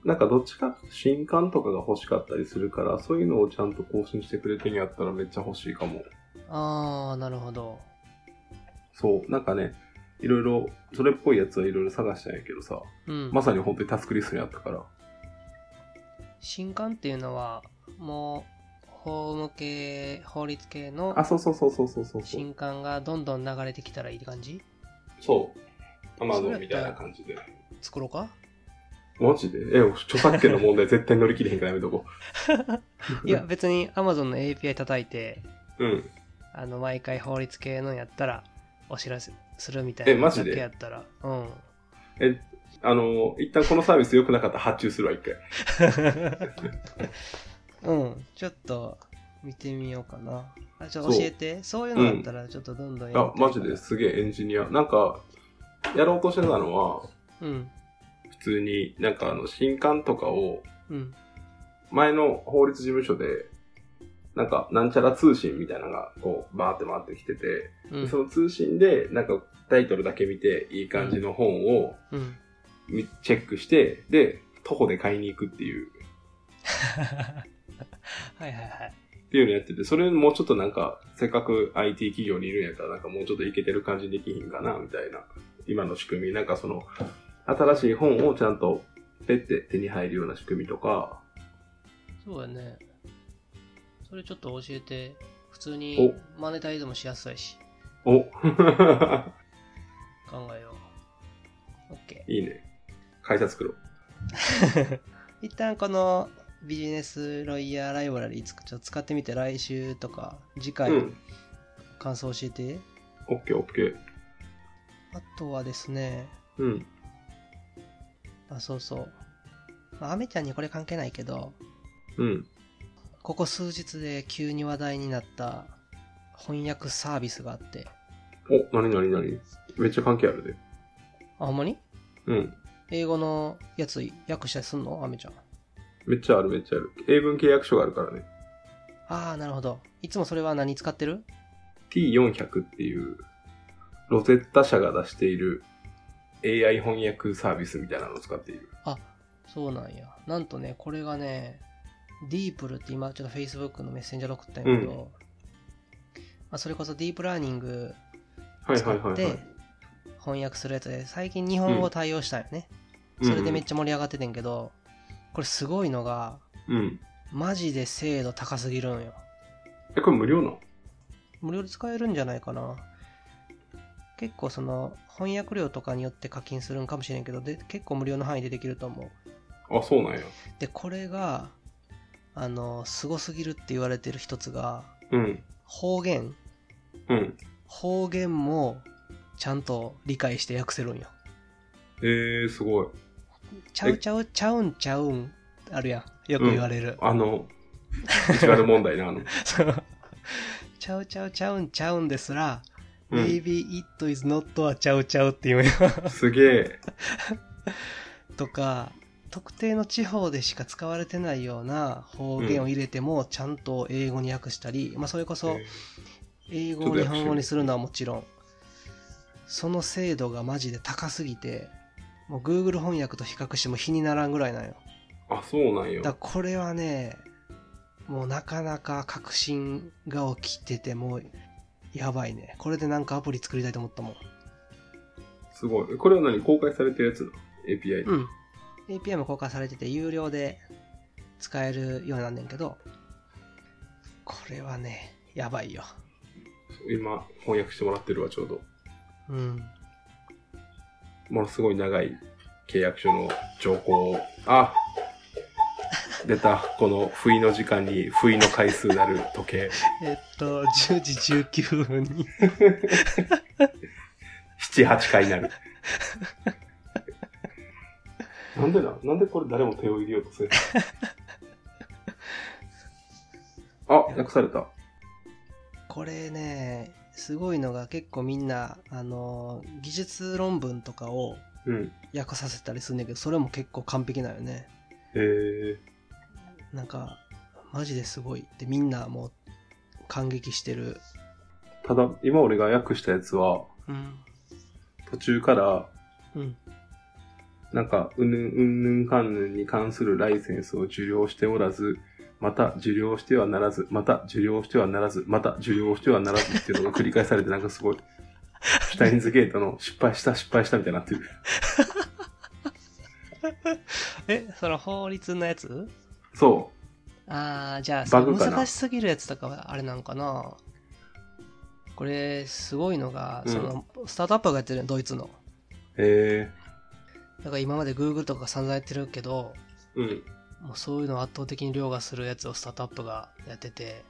B: なんかどっちかっていうと新刊とかが欲しかったりするから、そういうのをちゃんと更新してくれてるんやったらめっちゃ欲しいかも。
A: あー、なるほど。
B: そう、なんかね、いろいろ、それっぽいやつはいろいろ探したんやけどさ、
A: うん。
B: まさに本当にタスクリストにあったから。
A: 新刊っていうのは、もう、法務系、法律系の
B: あ、そうそうそうそうそうそうそう。
A: 新刊がどんどん流れてきたらいいって感じ
B: そう。アマ
A: そ
B: ゾ
A: れや
B: ン
A: ったら
B: みたいな感じで。
A: 作ろうか
B: マジでえ、著作権の問題 絶対乗り切れへんからやめとこう。
A: いや、、別に Amazon の API 叩いて、
B: うん。
A: あの、毎回法律系のやったら、お知らせするみた
B: え
A: いな
B: マ
A: だ
B: ジで
A: けやったら、うん。
B: あの、一旦このサービス良くなかったら発注するわ、一回。
A: うん、ちょっと見てみようかな。あちょっ
B: そ
A: と
B: う
A: 教えて。そういうのだったら、ちょっとどんどんや。
B: あ、マジですすげえエンジニア。なんか、やろうとしてたのは、
A: うん、
B: 普通になんかあの、新刊とかを、
A: うん、
B: 前の法律事務所で、なんか、なんちゃら通信みたいなのが、こう、バーって回ってきてて、
A: うん、
B: その通信で、なんか、タイトルだけ見て、いい感じの本を
A: うん。
B: みチェックして、で、徒歩で買いに行くっていう
A: はいはいはい。
B: っていうのやってて、それもうちょっとなんか、せっかく IT 企業にいるんやったら、なんかもうちょっといけてる感じにできひんかな、みたいな。今の仕組み、なんかその、新しい本をちゃんと、ペッて手に入るような仕組みとか、
A: そうやね。それちょっと教えて。普通にマネタイズもしやすいし。
B: お
A: 考えよう。OK。
B: いいね。会社作ろう。
A: 一旦このビジネスロイヤーライブラリーつくちょっと使ってみて、来週とか次回
B: うん。
A: 感想教えて。
B: オッケーオッケー。
A: あとはですね、
B: うん。
A: あ、そうそう。まあアメちゃんにこれ関係ないけど、
B: うん。
A: ここ数日で急に話題になった翻訳サービスがあって。
B: お、なになになにめっちゃ関係あるで。
A: あ、ほんまに
B: うん。
A: 英語のやつ訳したりすんのアメちゃん。
B: めっちゃあるめっちゃある。英文契約書があるからね。
A: ああ、なるほど。いつもそれは何使ってる
B: T400 っていう、ロゼッタ社が出している AI 翻訳サービスみたいなのを使っている。
A: そうなんや。なんとね、これがね、ディープルって今ちょっと Facebook のメッセンジャーで送ったんやけど、
B: うん
A: まあ、それこそディープラーニング
B: はい
A: 使
B: はいは
A: っ
B: い、は
A: て
B: い。
A: 翻訳するやつで、最近日本語対応したんよね。それでめっちゃ盛り上がっててんけど、これすごいのが、
B: うんうん。うん。
A: マジで精度高すぎるんよ。
B: え、これ無料なの
A: 無料で使えるんじゃないかな。結構その翻訳料とかによって課金するんかもしれんけど、で結構無料の範囲でできると思う。
B: あ、そうなんや。
A: で、これが、あの、すごすぎるって言われてる一つが、
B: うん。
A: 方言
B: うん。
A: 方言もちゃんと理解して訳せるんよ。
B: えー、すごい。
A: ちゃうちゃうちゃうんちゃうんあるやん。よく言われる。
B: あの、ビジュアル問題な、あの。
A: そう ちゃうちゃうちゃうんちゃうんですら、
B: うん
A: maybe it is not はちゃうちゃうっていうよ
B: すげえ。
A: とか特定の地方でしか使われてないような方言を入れてもちゃんと英語に訳したり、まあ、それこそ
B: えー
A: 英語
B: ちょっ
A: を
B: と
A: 日
B: 訳してみる
A: 本語にするのはもちろんその精度がマジで高すぎてもう Google 翻訳と比較しても比にならんぐらいなんよ
B: あ、そうなんや。
A: だからこれはねもうなかなか革新が起きててもうやばいねこれでなんかアプリ作りたいと思ったもん
B: すごい。これは何公開されてるやつなの ?API で。
A: うん API も公開されてて有料で使えるようになんねんけどこれはねやばいよ
B: 今、翻訳してもらってるわ、ちょうど。
A: うん
B: ものすごい長い契約書の条項を。あ出た。この不意の時間に不意の回数なる時計。
A: えっと10時19分に
B: 7、8回になる。なんでな、なんでこれ誰も手を入れようとするあ、訳された。
A: これねすごいのが結構みんなあの技術論文とかを
B: うん。
A: 訳させたりするんだけどそれも結構完璧なよね
B: えー、
A: なんかマジですごいってみんなもう感激してる
B: ただ、今俺が訳したやつは、
A: うん
B: 途中から、
A: うん
B: なんか、うんぬん、うんぬんかんぬんに関するライセンスを受領しておらず、また受領してはならず、また受領してはならず、また受領してはならずっていうのが繰り返されて、なんかすごい、シュタインズゲートの失敗した失敗したみたいになってる。
A: えその法律のやつ
B: そ
A: ああ、じゃあ、
B: バグかな
A: 難しすぎるやつとかはあれなんかな。これ、すごいのが、
B: うん
A: その、スタートアップがやってるのドイツの。
B: う。へ
A: だから今まで Google とかが散々やってるけど、
B: えうん。
A: もうそういうのを圧倒的に凌駕するやつをスタートアップがやってて、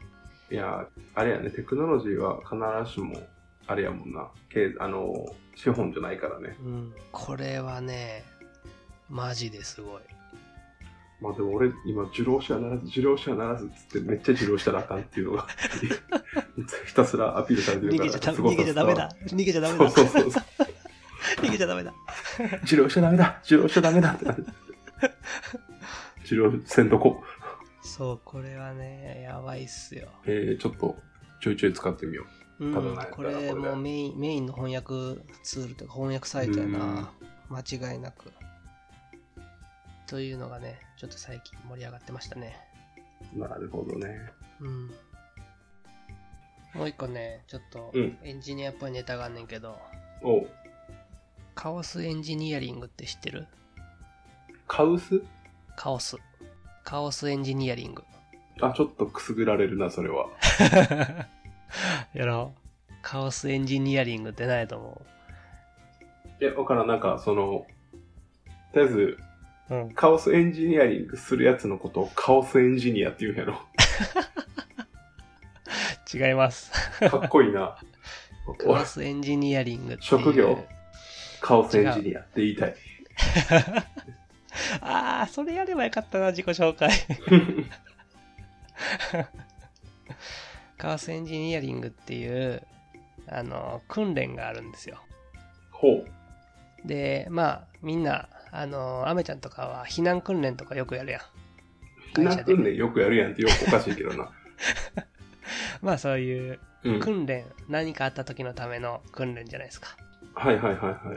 B: いやー、あれやね、テクノロジーは必ずしも、あれやもんな、経あのー、資本じゃないからね。
A: うん、これはね、マジですごい。
B: まあでも俺、今、受領者ならず、受領者ならずっつって、めっちゃ受領したらあかんっていうのが、 ひたすらアピールされてる
A: 逃
B: から、
A: げちゃダメ
B: すご
A: 逃
B: かった
A: げちゃダメだ。逃げちゃダメ
B: そう
A: だ。
B: そうそうそう。
A: 逃げちゃダメだ。
B: 受領しちゃダメだ受領しちゃダメだってなる。受領せんとこ。
A: そう、これはね、やばいっすよ。
B: えー、ちょっと、ちょいちょい使ってみよ
A: うん
B: ただのやつだな
A: これ
B: これ
A: もうメインメインの翻訳ツールというか翻訳サイトやな間違いなくというのがねちょっと最近盛り上がってましたね
B: う。なるほどね。
A: うんもう一個ねちょっと
B: うん
A: エンジニアっぽいネタがあんねんけど、
B: おう
A: カオスエンジニアリングって知ってる
B: カウス
A: カオスカオスエンジニアリ ング
B: あ、ちょっとくすぐられるな、それは。
A: やろうカオスエンジニアリングってないと思
B: いや、わからん。なんか、その、とりあえず、
A: う。うん。
B: カオスエンジニアリングするやつのことをカオスエンジニアって言うんやろ。
A: 違います。
B: かっこいいな。
A: カオスエンジニアリングっていう。
B: 職業カオスエンジニアって言い たい。
A: ああ、それやればよかったな、自己紹介。 カオスエンジニアリングっていう、あの、訓練があるんですよ。
B: ほう。
A: で、まあ、みんな、あの、アメちゃんとかは避難訓練とかよくやるやん。
B: 避
A: 会
B: 難
A: 社で
B: 訓練よくやるやんってよくおかしいけどな。
A: まあ、そう いう
B: うん。
A: 訓練、何かあった時のための訓練じゃないですか。
B: はいはいはいはい。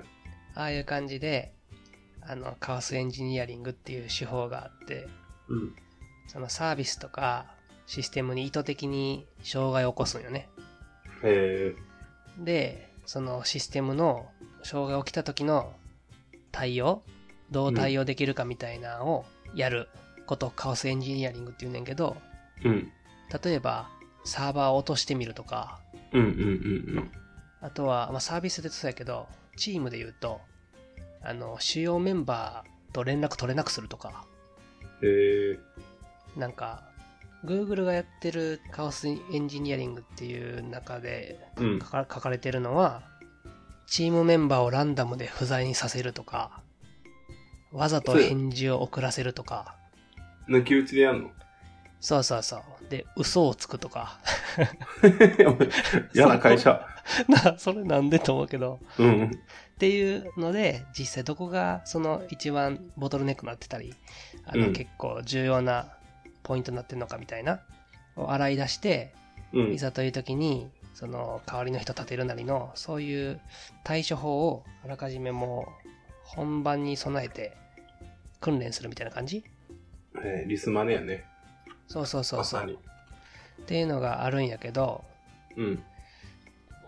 A: ああいう感じで、あの、カオスエンジニアリングっていう手法があって、
B: うん。
A: そのサービスとかシステムに意図的に障害を起こすんよね。
B: え
A: で、そのシステムの障害起きた時の対応、どう対応できるかみたいなのをやることをカオスエンジニアリングって言うねんけど、
B: ー、うん。
A: 例えばサーバーを落としてみるとか、
B: うんうんうん
A: あとは、まあ、サービスでそうやけど、チームで言うと、あの、主要メンバーと連絡取れなくするとか、
B: うん。えー、
A: なんか、Google がやってるカオスエンジニアリングっていう中で
B: うん
A: 書。か書かれてるのは、チームメンバーをランダムで不在にさせるとか、わざと返事を遅らせるとか、
B: 抜き打ち でやんの
A: そうそうそう。で、嘘をつくとか。
B: 嫌な会社。
A: な、それなんでと思うけど。
B: うん。
A: っていうので、実際どこがその一番ボトルネックになってたり、あ
B: う
A: の
B: ん
A: 結構重要なポイントになってるのかみたいな、を洗い出して、
B: うん
A: い。ざという時に、その代わりの人立てるなりの、そういう対処法をあらかじめもう本番に備えて訓練するみたいな感じ
B: えーリスマネやね。
A: そうそうそう
B: ま
A: そ
B: さ
A: う。
B: に。
A: っていうのがあるんやけど、
B: うん。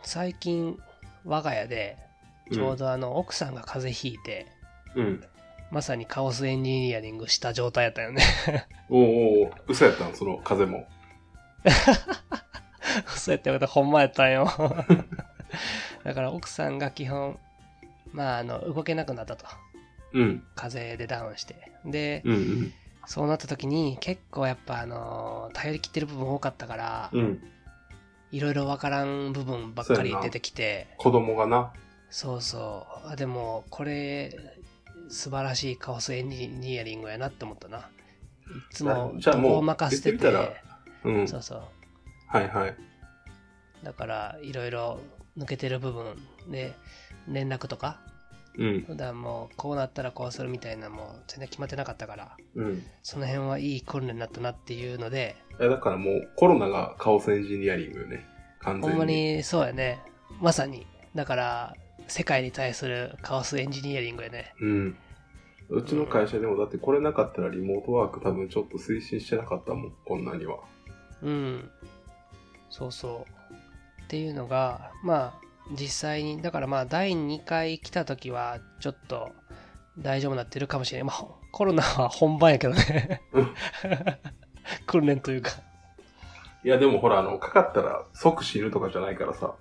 A: 最近我が家でちょうどあの奥さんが風邪ひいて、
B: うん。
A: まさにカオスエンジニアリングした状態やったよね。
B: おうおうおう嘘やったんその風も。
A: そうやってまたほんまやったんよ。 だから奥さんが基本、まああの動けなくなったと。
B: うん。
A: 風邪でダウンして。で、
B: うん
A: そうなった時に結構やっぱあの頼りきってる部分多かったから
B: うん。うん。
A: いろいろわからん部分ばっかり出てきて
B: 子供がな。
A: そうそうあでもこれ素晴らしいカオスエンジニアリングやなって思ったないつも
B: じ
A: ど
B: ゃあもう
A: こを任せてて
B: 言ってみうん。
A: そうそう
B: はいはい。
A: だからいろいろ抜けてる部分で連絡とか
B: うん。
A: 普段もうこうなったらこうするみたいなのも全然決まってなかったから
B: うん。
A: その辺はいい訓練になったなっていうので
B: いやだからもうコロナがカオスエンジニアリングよね。完
A: ほ
B: 全に。
A: んまにそうやね。まさに。だから、世界に対するカオスエンジニアリングやね。
B: うん。うちの会社でもだってこれなかったらリモートワーク多分ちょっと推進してなかったもん、こんなには。
A: うん。そうそう。っていうのが、まあ、実際に、だからまあ、第2回来た時は、ちょっと、大丈夫になってるかもしれない。まあ、コロナは本番やけどね
B: うん。
A: 訓練というか。
B: いやでもほら、あの、かかったら即死ぬとかじゃないからさ。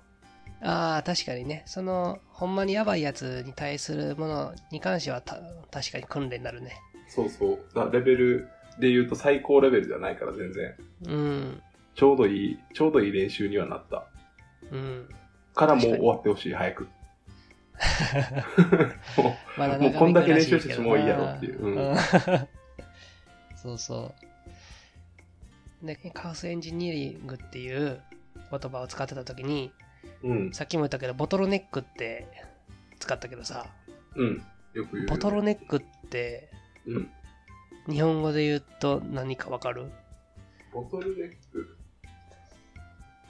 A: ああ、確かにね。その、ほんまにやばいやつに対するものに関してはた、確かに訓練になるね。
B: そうそう。だレベルで言うと最高レベルじゃないから全然。
A: うん。
B: ちょうどいい、ちょうどいい練習にはなった。
A: うん。
B: からもう
A: 確かに
B: 終わってほしい、 早く。もう
A: まだ
B: もうこんだけ練習し
A: 長引くら
B: てて
A: し
B: もういいやろっていううん
A: ん そうそう。で、カオスエンジニアリングっていう言葉を使ってた時に、
B: うん、
A: さっきも言ったけど、ボトルネックって使ったけどさ、
B: うん。よく言う。
A: ボトルネックって
B: うん。
A: 日本語で言うと何かわかる
B: ボトルネック。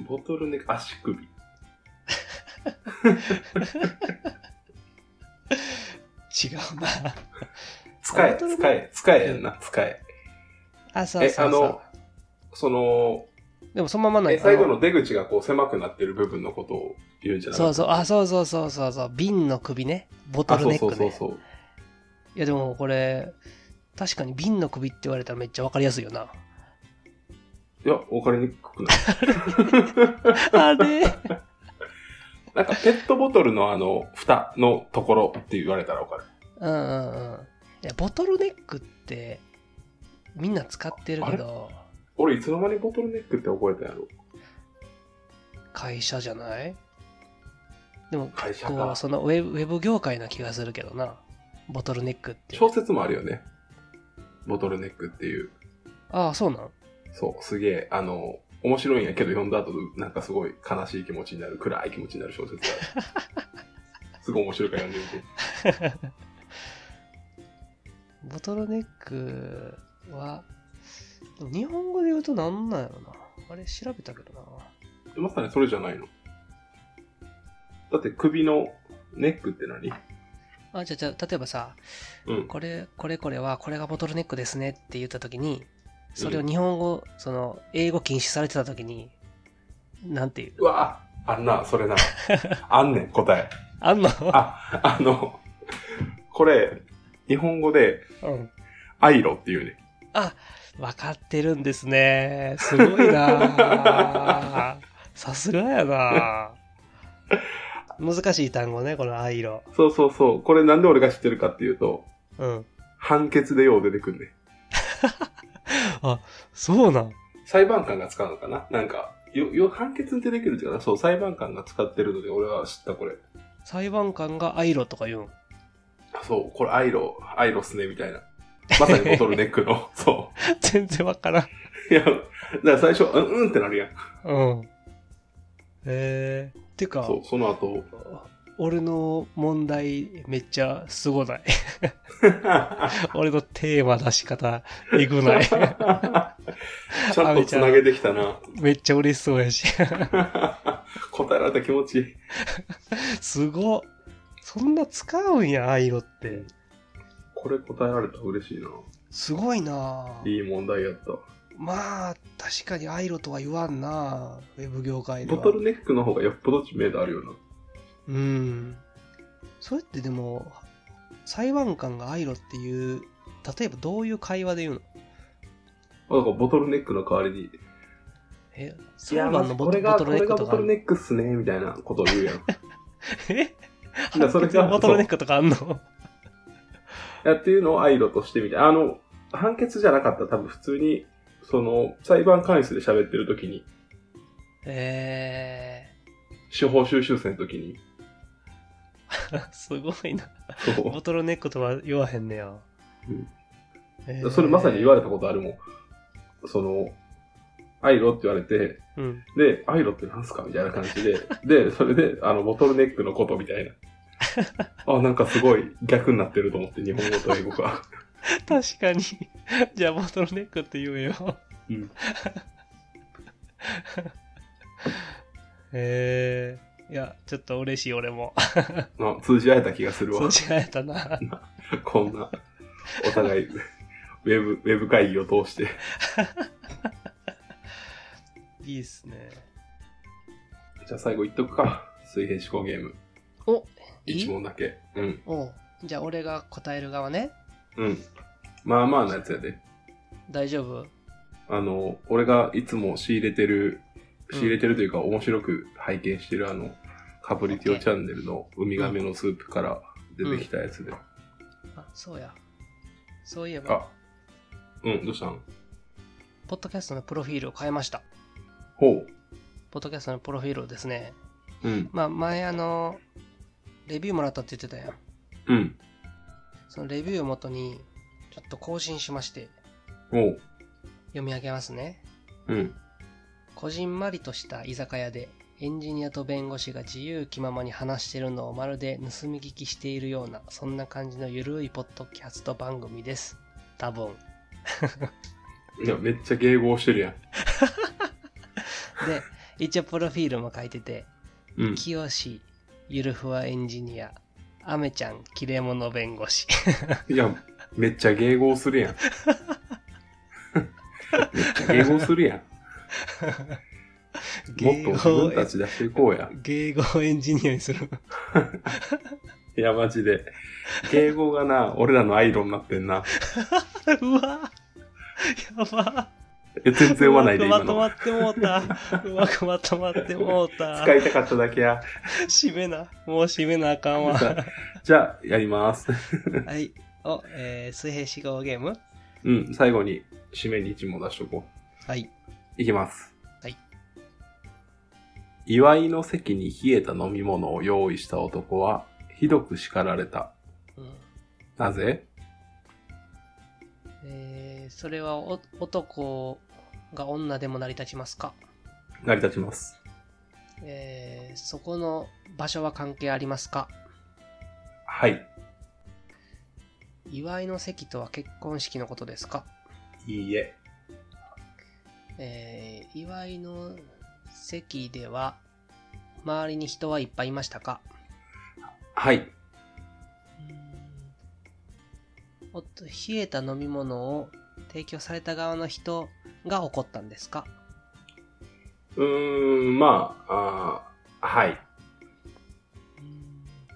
B: ボトルネック、足首。
A: 違うな。
B: 使
A: ボ
B: え、
A: トルネック
B: 使え、使えやんな、使え。
A: あ、そう
B: え、
A: そ
B: あ
A: うそ
B: の
A: う。、
B: その、
A: でもそのままの
B: え、最後の出口がこう狭くなってる部分のことを言うんじゃない
A: そうそう、あ、そうそうそうそうそう、瓶の首ね。ボト
B: あ、
A: ル
B: そう
A: ネ
B: そ
A: ッ
B: う
A: ク
B: そう
A: ね。
B: そう。
A: いやでもこれ、確かに瓶の首って言われたらめっちゃわかりやすいよな。
B: いや、わかりにくくない。
A: あれ
B: なんかペットボトルのあの、蓋のところって言われたらわかる。
A: うんうんうん。いや、ボトルネックって、みんな使ってるけど、
B: 俺いつの間にボトルネックって覚えたんやろ
A: 会社じゃないでも、
B: 会社
A: こ
B: か
A: う、。そのウェブウェブ業界な気がするけどな。ボトルネックって。
B: 小説もあるよね。ボトルネックっていう。
A: ああ、そうなん
B: そう、すげえ、あの、面白いんやけど読んだ後、なんかすごい悲しい気持ちになる、暗い気持ちになる小説があ る。すごい面白いから読んでみて。
A: ボトルネックは、でも日本語で言うとなんなんやろな。あれ調べたけどな。
B: まさにそれじゃないの。だって首のネックって何
A: あ、じゃあじゃあ例えばさ、
B: うん。
A: これ、これこれは、これがボトルネックですねって言ったときに、それを日本語、その、英語禁止されてたときに、なんていう。
B: うわああんな、それ な。あんねん、答え。
A: あんの
B: あ、あの、これ、日本語で、
A: うん。
B: アイロっていうね。
A: 分かってるんですね。すごい なあさすがや なあ難しい単語ね、この藍色。
B: そうそうそう。これなんで俺が知ってるかっていうと、
A: うん。
B: 判決でよう出てくんね。
A: そうなん。
B: 裁判官が使うのかななんか、よ、よ、判決に出てくるっていうかなそう、裁判官が使ってるので、俺は知った、これ。
A: 裁判官が藍色とか言うん。
B: あそう、これ、アイロ、アイロっすね、みたいな。まさにボトルネックの。そ
A: 全然わからん。
B: う。いや、だから最初、うん、うんってなるやん。
A: うん。へえー。てか、
B: そう、その後。
A: 俺の問題めっちゃすごない。俺のテーマ出し方、えぐ ない。
B: ちゃんと繋げてきたな。
A: めっちゃ嬉しそうやし。
B: 答えられた気持ちいい。
A: すごっ。そんな使うんや、藍色って。
B: これ答えられたら嬉しいな。
A: すごいなあ
B: いい問題やった。
A: まあ、確かにアイロとは言わんなあウェブ業界で
B: ボ
A: は。
B: トルネックの方がよっぽど知名度あるよな。
A: うん。それってでも、裁判官がアイロっていう、例えばどういう会話で言うの
B: あだからボトルネックの代わりに、
A: え、
B: い
A: 裁
B: や、ま
A: 判
B: ず
A: の
B: こ
A: ボ
B: れ
A: ト
B: が、
A: ボ
B: こ
A: トルネ
B: れ
A: ッ
B: が
A: クと
B: ボト
A: かあ
B: ル
A: ん
B: ネ
A: の。
B: ックっすね、みたいなことを言うやん。い
A: え
B: やそれ
A: 判
B: が
A: 決のボトルネックとかあんの
B: やっていうのをアイロとしてみて、あの、判決じゃなかったら多分普通に、その、裁判官室で喋ってる時に、
A: え
B: 司法修習生の時に、
A: ー、 すごいな。
B: そ
A: ボトルネックとは言わへんねや。
B: うん
A: え
B: う。それまさに言わ
A: れ
B: れたことあるもん。その、アイロって言われて、
A: うん。
B: で、アイロってなんすかみたいな感じで、で、それで、あの、ボトルネックのことみたいな。あ、なんかすごい逆になってると思って、日本語と英語が。
A: 確かに。 じゃあ、ボトルネックって言うよ。
B: うん。
A: えー、いや、ちょっと嬉しい、俺も。
B: まあ通じ合えた気がする
A: そう
B: わ。
A: 違えたな。
B: こんな、お互い、ウ ェブ、ウェブ会議を通して。
A: いいっすね。
B: じゃあ最後言っとくか。水平思考ゲーム。
A: おい
B: 一
A: い
B: 問だけ。うん。
A: おうじゃあ俺が答える側ね。
B: うん。まあまあなやつやで。
A: 大丈夫
B: あの、俺がいつも仕入れてる、
A: うん
B: 仕入れてるというか面白く拝見してるあの、カプリティオチャンネルのウミガメのスープから出てきたやつで。
A: あ、そうや。そういえば、
B: あ、うん、どうしたん
A: ポッドキャストのプロフィールを変えました。
B: ほう。
A: ポッドキャストのプロフィールをですね、
B: うん、
A: まあ前あの、レビューもらったって言ってたやん。
B: うん、
A: そのレビューをもとに、ちょっと更新しまして、
B: ほう。
A: 読み上げますね。
B: うん、
A: こじんまりとした居酒屋で、エンジニアと弁護士が自由気ままに話してるのをまるで盗み聞きしているような、そんな感じのゆるいポッドキャスト番組です。多分。
B: いや、めっちゃ迎合してるやん。
A: で、 一応プロフィールも書いてて、
B: うん。
A: きよし、ゆるふわエンジニア、あめちゃん、切れ者弁護士。
B: いや、めっちゃ迎合するやん。めっちゃ迎合するやん。 もっと自分たち出していこうや。
A: 迎合エンジニアにする。
B: いや、マジで。迎合がな、俺らのアイロンになってんな。
A: うわやば
B: え全然合わないで、
A: うま
B: 今
A: くまと
B: の。
A: まってもうた。うまくまとまってもうた。
B: 使いたかっただけや。
A: 締めな。もう締めなあかんわ。
B: さじゃあ、やります。
A: はい。お、えー、水平思考ゲーム
B: うん、最後に、締めに一問出しとこ
A: はい。
B: う。いきます。
A: はい。
B: 祝いの席に冷えた飲み物を用意した男は、ひどく叱られた。
A: うん
B: なぜ
A: えー、それはお男が女でも成り立ちますか
B: 成り立ちます。
A: えー、そこの場所は関係ありますか
B: はい。
A: 祝いの席とは結婚式のことですか
B: いいえ。
A: えー、祝いの席では周りに人はいっぱいいましたか
B: はい。
A: おっと冷えた飲み物を提供された側の人が怒ったんですか
B: うーん、まあ、あーはい。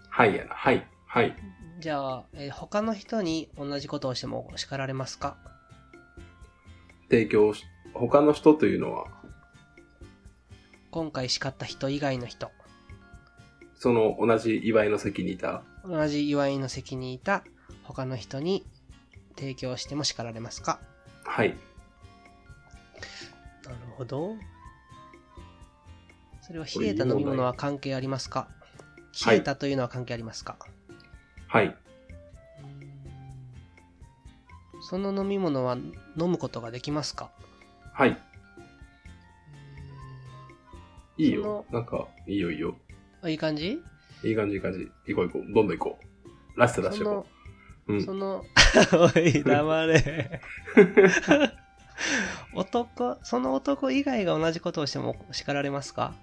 B: はいやな。はい。はい。
A: じゃあ、えー他の人に同じことをしても叱られますか
B: 提供し、他の人というのは、
A: 今回叱った人以外の人
B: その同じ祝いの席にいた。
A: 同じ祝いの席にいた他の人に提供しても叱られますか
B: はい。
A: なるほどそれは冷えた飲み物は関係ありますか
B: は
A: 冷
B: い
A: えたというのは関係ありますか、
B: はい。
A: その飲み物は飲むことができますか
B: はい。いいよ
A: そ。
B: なんか、いいよいいよ。
A: あいい感じ
B: いい感じいい感じ。行こう行こう。どんどん行こう。ラスト出し
A: そ
B: ていこ
A: の、
B: う。うん
A: そ。の、 おい、黙れ。 男、その男以外が同じことをしても叱られますか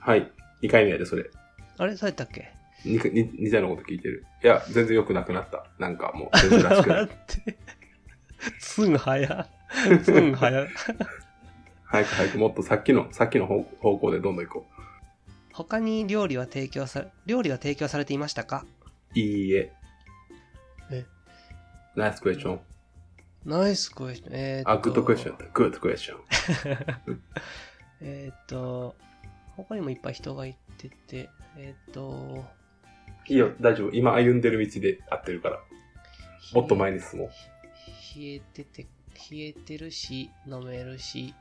B: はい。2回目やで、それ。
A: あれそうやったっけ
B: にに似たようなこと聞いてる。いや、全然良くなくなった。なんかもう、全然らしくない。
A: 待って。すん 早。すん早。
B: 早く早く、もっとさっきの、さっきの方方向でどんどん行こ
A: 他に料理は提供され、料理は提供されていましたか
B: う。いいえ。
A: え
B: ナイスクエスチョン。
A: ナイスクエスチョン。えーっと
B: あ、グッドクエスチョンやった。グッドクエスチョン。
A: えーっと、他にもいっぱい人がいてて、えーっと、
B: いいよ、大丈夫。今歩んでる道で合ってるから。もっと前に進もう。
A: 冷えてて、冷えてるし、飲めるし、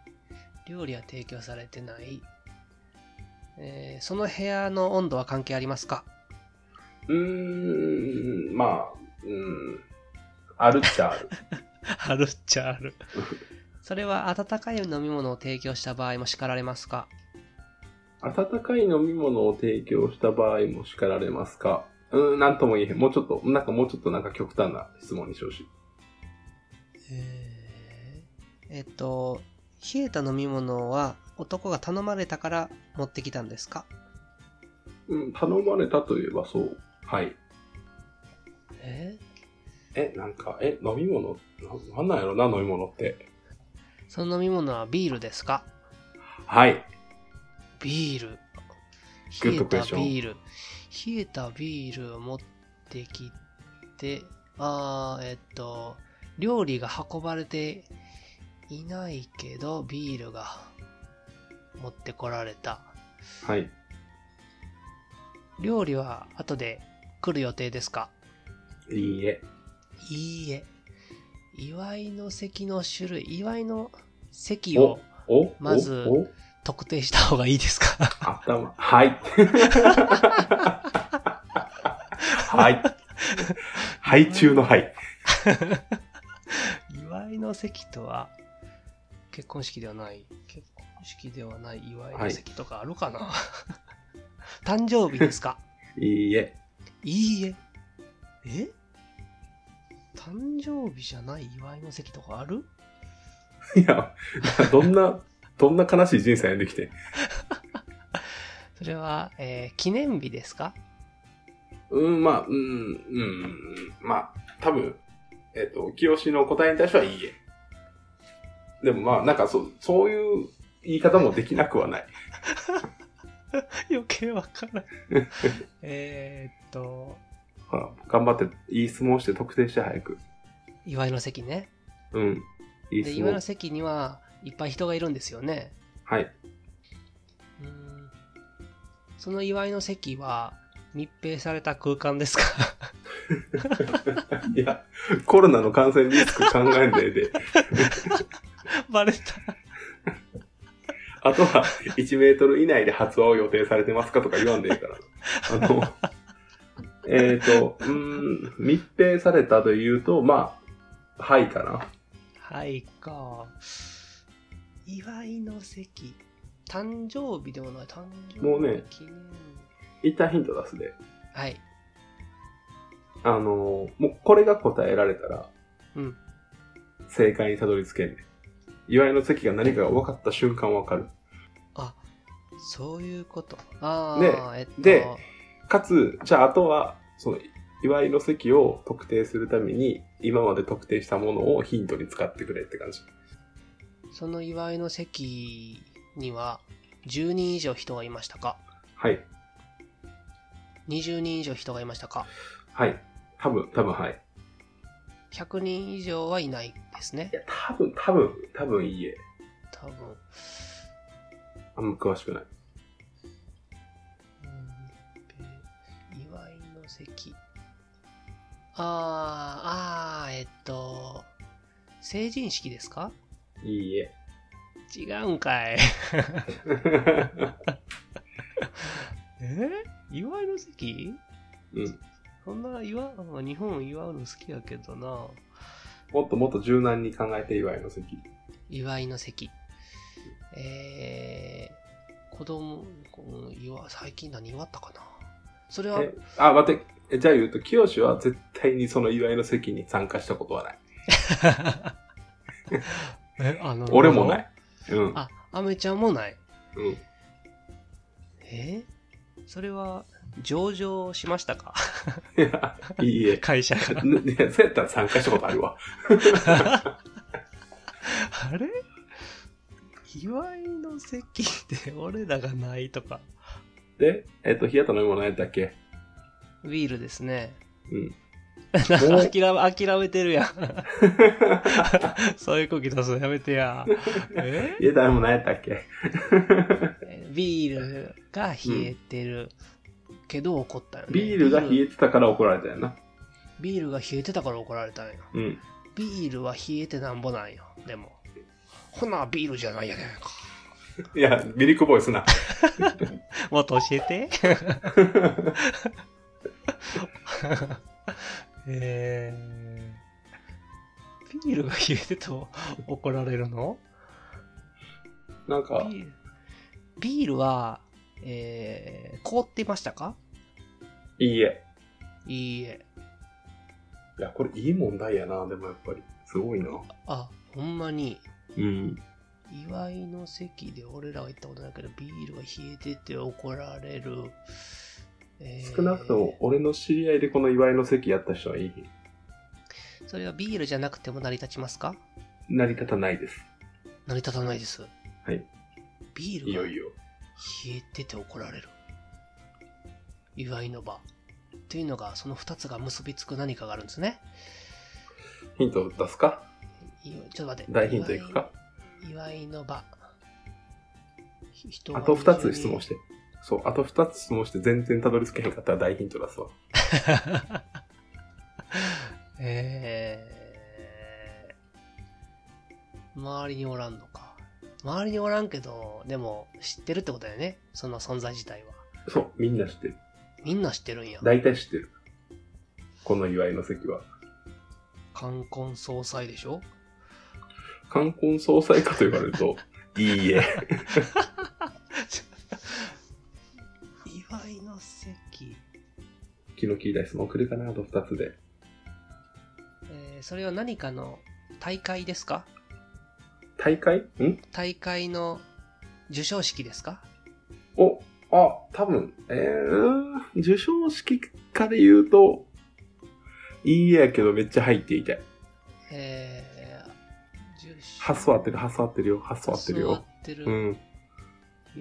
A: 料理は提供されてない。えーその部屋の温度は関係ありますか
B: うーん、まあ、うーん。あるっちゃあ る。
A: あるっちゃある。 それは温かい飲み物を提供した場合も叱られますか
B: 温かい飲み物を提供した場合も叱られますかうーん、なんとも言えへん。もうちょっと、なんかもうちょっとなんか極端な質問にしてほしい。
A: えーえっと、冷えた飲み物は男が頼まれたから持ってきたんですか
B: うん、頼まれたといえばそう。はい。
A: え
B: え、なんか、え、飲み物ななんなんやろな、飲み物って。
A: その飲み物はビールですか
B: はい。
A: ビール。冷
B: グッ
A: え
B: ドクエ
A: た
B: スチョン
A: ビール。冷えたビールを持ってきて、あー、えっと、料理が運ばれていないけど、ビールが持ってこられた。
B: はい。
A: 料理は後で来る予定ですか
B: いいえ。
A: いいえ。祝いの席の種類、祝いの席を
B: おお
A: まず
B: お
A: 特定した方がいいですか
B: 頭。はい。はい。はい中のはい。
A: 祝いの席とは結婚式ではない結婚式ではない祝いの席とかあるかな、 誕生日です か
B: いいえ。
A: いいええ誕生日じゃない祝いの席とかある
B: いや、どんな、どんな悲しい人生やんできて。
A: それは、えー記念日ですか
B: うん、まあ、うん、うん、まあ、多分、えっ、と、清の答えに対してはいいえ。でもまあ、なんかそう、そういう言い方もできなくはない。
A: 余計わ からんえーっと
B: ほら頑張って、いい質問して特定して早く。
A: 祝いの席ね
B: うん。いい
A: で
B: 質
A: 祝いの
B: 問。
A: 席にはいっぱい人がいるんですよね。
B: はい。
A: うんその祝いの席は密閉された空間ですか
B: いや、コロナの感染リスク考えんでええで、
A: バレた。
B: あとは1メートル以内で発話を予定されてますかとか言わんでいいから。あの、えっ、と、うーん、密閉されたというと、まあ、はいかな。
A: はいか。祝いの席。誕生日でもない、誕生日
B: もうね
A: 記念
B: 一旦ヒント出すで。
A: はい。
B: あの、もうこれが答えられたら、
A: うん
B: 正解にたどり着けんねん。祝いの席が何かが分かった瞬間分かる。
A: そういうこと。ああ、えっと。
B: でかつ、じゃああとは、その、祝いの席を特定するために、今まで特定したものをヒントに使ってくれって感じ。
A: その祝いの席には10人以上人がいましたか
B: はい。
A: 20人以上人がいましたか
B: はい。多分、多分はい。
A: 100人以上はいないですね
B: いや、多分、多分、多分いいえ。
A: 多分
B: あんま詳しくない。
A: うん祝いの席あーあーえっと成人式ですか
B: いいえ。
A: 違うんかいえ祝いの席
B: うん。
A: そんな祝う日本祝うの好きやけどな
B: もっともっと柔軟に考えて祝いの席。
A: 祝いの席。えー、子供、この祝最近何祝ったかなそれは、
B: えあ、待って。えじゃあ言うと、清は絶対にその祝いの席に参加したことはない。
A: えあの
B: 俺もな。い。うん。
A: あ、アメちゃんもない。
B: うん。
A: えーそれは、上場しましたか
B: いや、いいえ。
A: 会社が。
B: ねそうやったら参加したことあるわ。
A: あれ祝いの席で俺らがないとか。
B: で、えっ、と、冷やた飲み物やったっけ
A: ウィールですね。
B: うん。
A: なんか 諦め、諦めてるやん。 そういう空気出すのやめてや。 え
B: 冷えた飲み物やったっけ
A: ビールが冷えてるけど怒ったよね。
B: ビールが冷えてたから怒られたよな。
A: ビールが冷えてたから怒られたんよ。
B: うん。
A: ビールは冷えてなんぼなんよ。でも。ほな、ビールじゃないやねんか。
B: いや、ミリクボイスな。
A: もっと教え て。えー、ビールが冷えてと怒られるの
B: なんか、
A: ビールビールは、えー、凍っていましたか
B: いいえ。
A: いいえ。
B: いや、これいい問題やな、でもやっぱり。すごいな。
A: あ、ほんまに。
B: うん。
A: 祝いの席で俺らは行ったことないけど、ビールが冷えてて怒られる。えー
B: 少なくとも、俺の知り合いでこの祝いの席やった人はいい。
A: それはビールじゃなくても成り立ちますか
B: 成り立たないです。
A: 成り立たないです。
B: はい。
A: ビー
B: い
A: ルが
B: よ
A: 冷
B: いよ。
A: えてて怒られる。祝いの場。というのが、その2つが結びつく何かがあるんですね。
B: ヒント出すか
A: いちょっと待って。
B: 大ヒントいくか
A: 祝い祝いの場。ひ人が
B: あと2つ
A: 非
B: 質
A: 常に
B: 問して。そう、あと2つ質問して全然たどり着けへんかったら大ヒント出すわ。
A: えー、周りにおらんのか。周りにおらんけど、でも知ってるってことだよね。その存在自体は。
B: そう、みんな知ってる。
A: みんな知ってるんや。
B: 大体知ってる。この祝いの席は。
A: 冠婚葬祭でしょ
B: 冠婚葬祭かと言われると、いい え。
A: 祝いの席。
B: 気の利いた質問来るかな、あと2つで。
A: えーそれは何かの大会ですか
B: 大会ん
A: 大会の授賞式ですか
B: お、あ、多分、えー、授賞式かで言うと、いいえやけどめっちゃ入っていたい。
A: えー、授賞
B: 発想合ってる、発想合ってるよ、発想合ってる
A: 座
B: よ。
A: ってる
B: うん。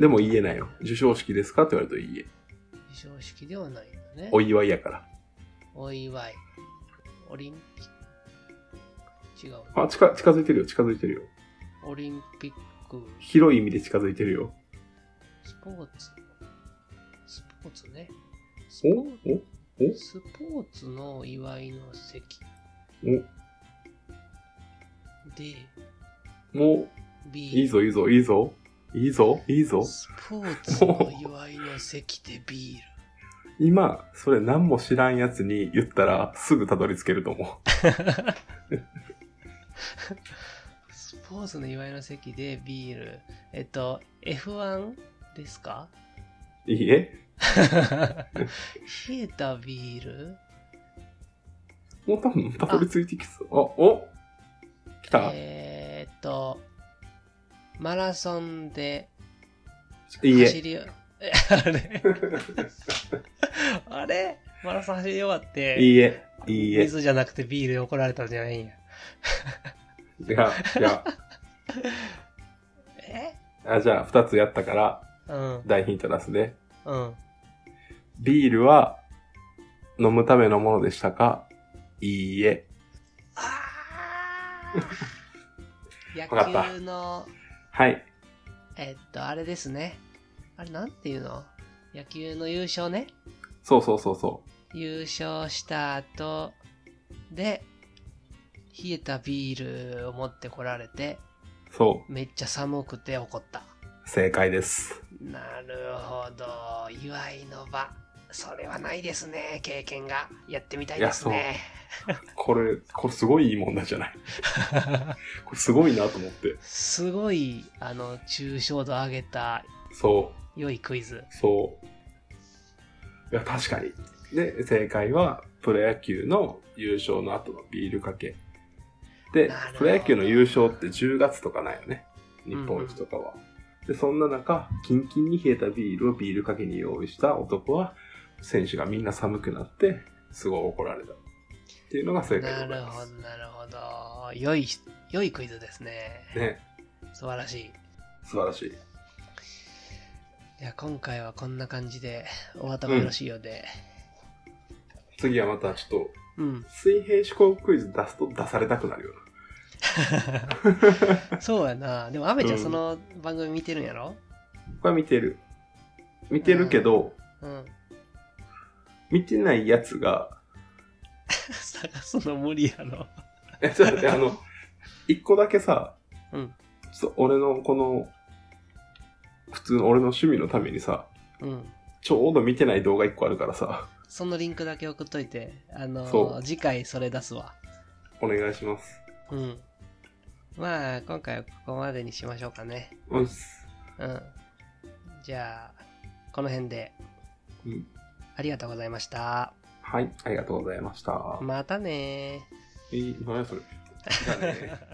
B: でも言えないよ。授賞式ですかって言われるといいえ。
A: 授賞式ではないんだね。
B: お祝いやから。
A: お祝い。オリンピック。違う。
B: あ、近、近づいてるよ、近づいてるよ。
A: オリンピック、
B: 広い意味で近づいてるよ。
A: スポーツ、スポーツね。ス
B: お
A: ポー
B: おお
A: スポーツの祝いの席で、
B: おもう、いい
A: B、
B: ぞいいぞいいぞ。いいぞいいぞ。
A: スポーツの祝いの席でビール。
B: 今、それ何も知らんやつに言ったらすぐたどり着けると思う。
A: スポーツの祝いの席でビール。えっと、F1 ですか
B: いいえ
A: 冷えたビール
B: もう多分たどり着いてきそう。あ、お来た、
A: えーっと、マラソンで
B: いい
A: 走
B: え。
A: り、え あれあれマラソン走り終わって、
B: いいえ。いいえ。
A: 水じゃなくてビールで怒られたんじゃないんや。
B: いや、い や、
A: え
B: あじゃあ二つやったから
A: うん、
B: 大ヒント出すね。
A: うん。
B: ビールは飲むためのものでしたかいいえ。
A: あー
B: わかった
A: 野球の、
B: はい。
A: えっと、あれですね。あれ、なんていうの野球の優勝ね。
B: そうそうそうそ
A: 優勝した後で、冷えたビールを持ってこられて、
B: う。そ
A: めっちゃ寒くて怒った。
B: う。正解です。
A: なるほど。祝いの場。それはないですね。経験が。やってみたいですね。
B: これ、これすごいいい問題じゃない。これすごいなと思って。
A: すごい、あの、抽象度上げた
B: そう。
A: 良いクイズ。
B: そう。いや、確かに。で、正解は、プロ野球の優勝の後のビールかけ。で
A: なる、ほ
B: プ
A: ど
B: ロ野球の優勝って10月とかなんよね。日本一とかは。で、そんな中、キンキンに冷えたビールをビールかけに用意した男は、選手がみんな寒くなって、すごい怒られた。っていうのが正解
A: な
B: でござい
A: る
B: ま
A: ほど
B: す。、
A: なるほど。良い、良いクイズですね。
B: ね、
A: 素晴らしい。
B: 素晴らしい。
A: いや、今回はこんな感じで、お後がよろしいようで。
B: 次はまたちょっと、
A: うん。
B: 水平思考クイズ出すと出されたくなるよう
A: そうやな。でも、アメちゃん、
B: うん
A: その番組見てるんやろ
B: な。これは見てる。見てるけど、
A: うん。
B: 見てないやつが、
A: 探すの無理やろ。
B: え、ちょっと待って、あの、一個だけさ、
A: うん。
B: ちょっと俺のこの、普通の俺の趣味のためにさ、
A: うん。
B: ちょうど見てない動画一個あるからさ、
A: そのリンクだけ送っといて、あ
B: そ
A: の、
B: う
A: 次回それ出すわ。
B: お願いします。
A: うん。まあ、今回はここまでにしましょうかね。
B: うっす。
A: うん。じゃあ、この辺で
B: うん
A: ありがとうございました。
B: はい、ありがとうございました。
A: またねー。
B: えー、何やそれ。じゃあね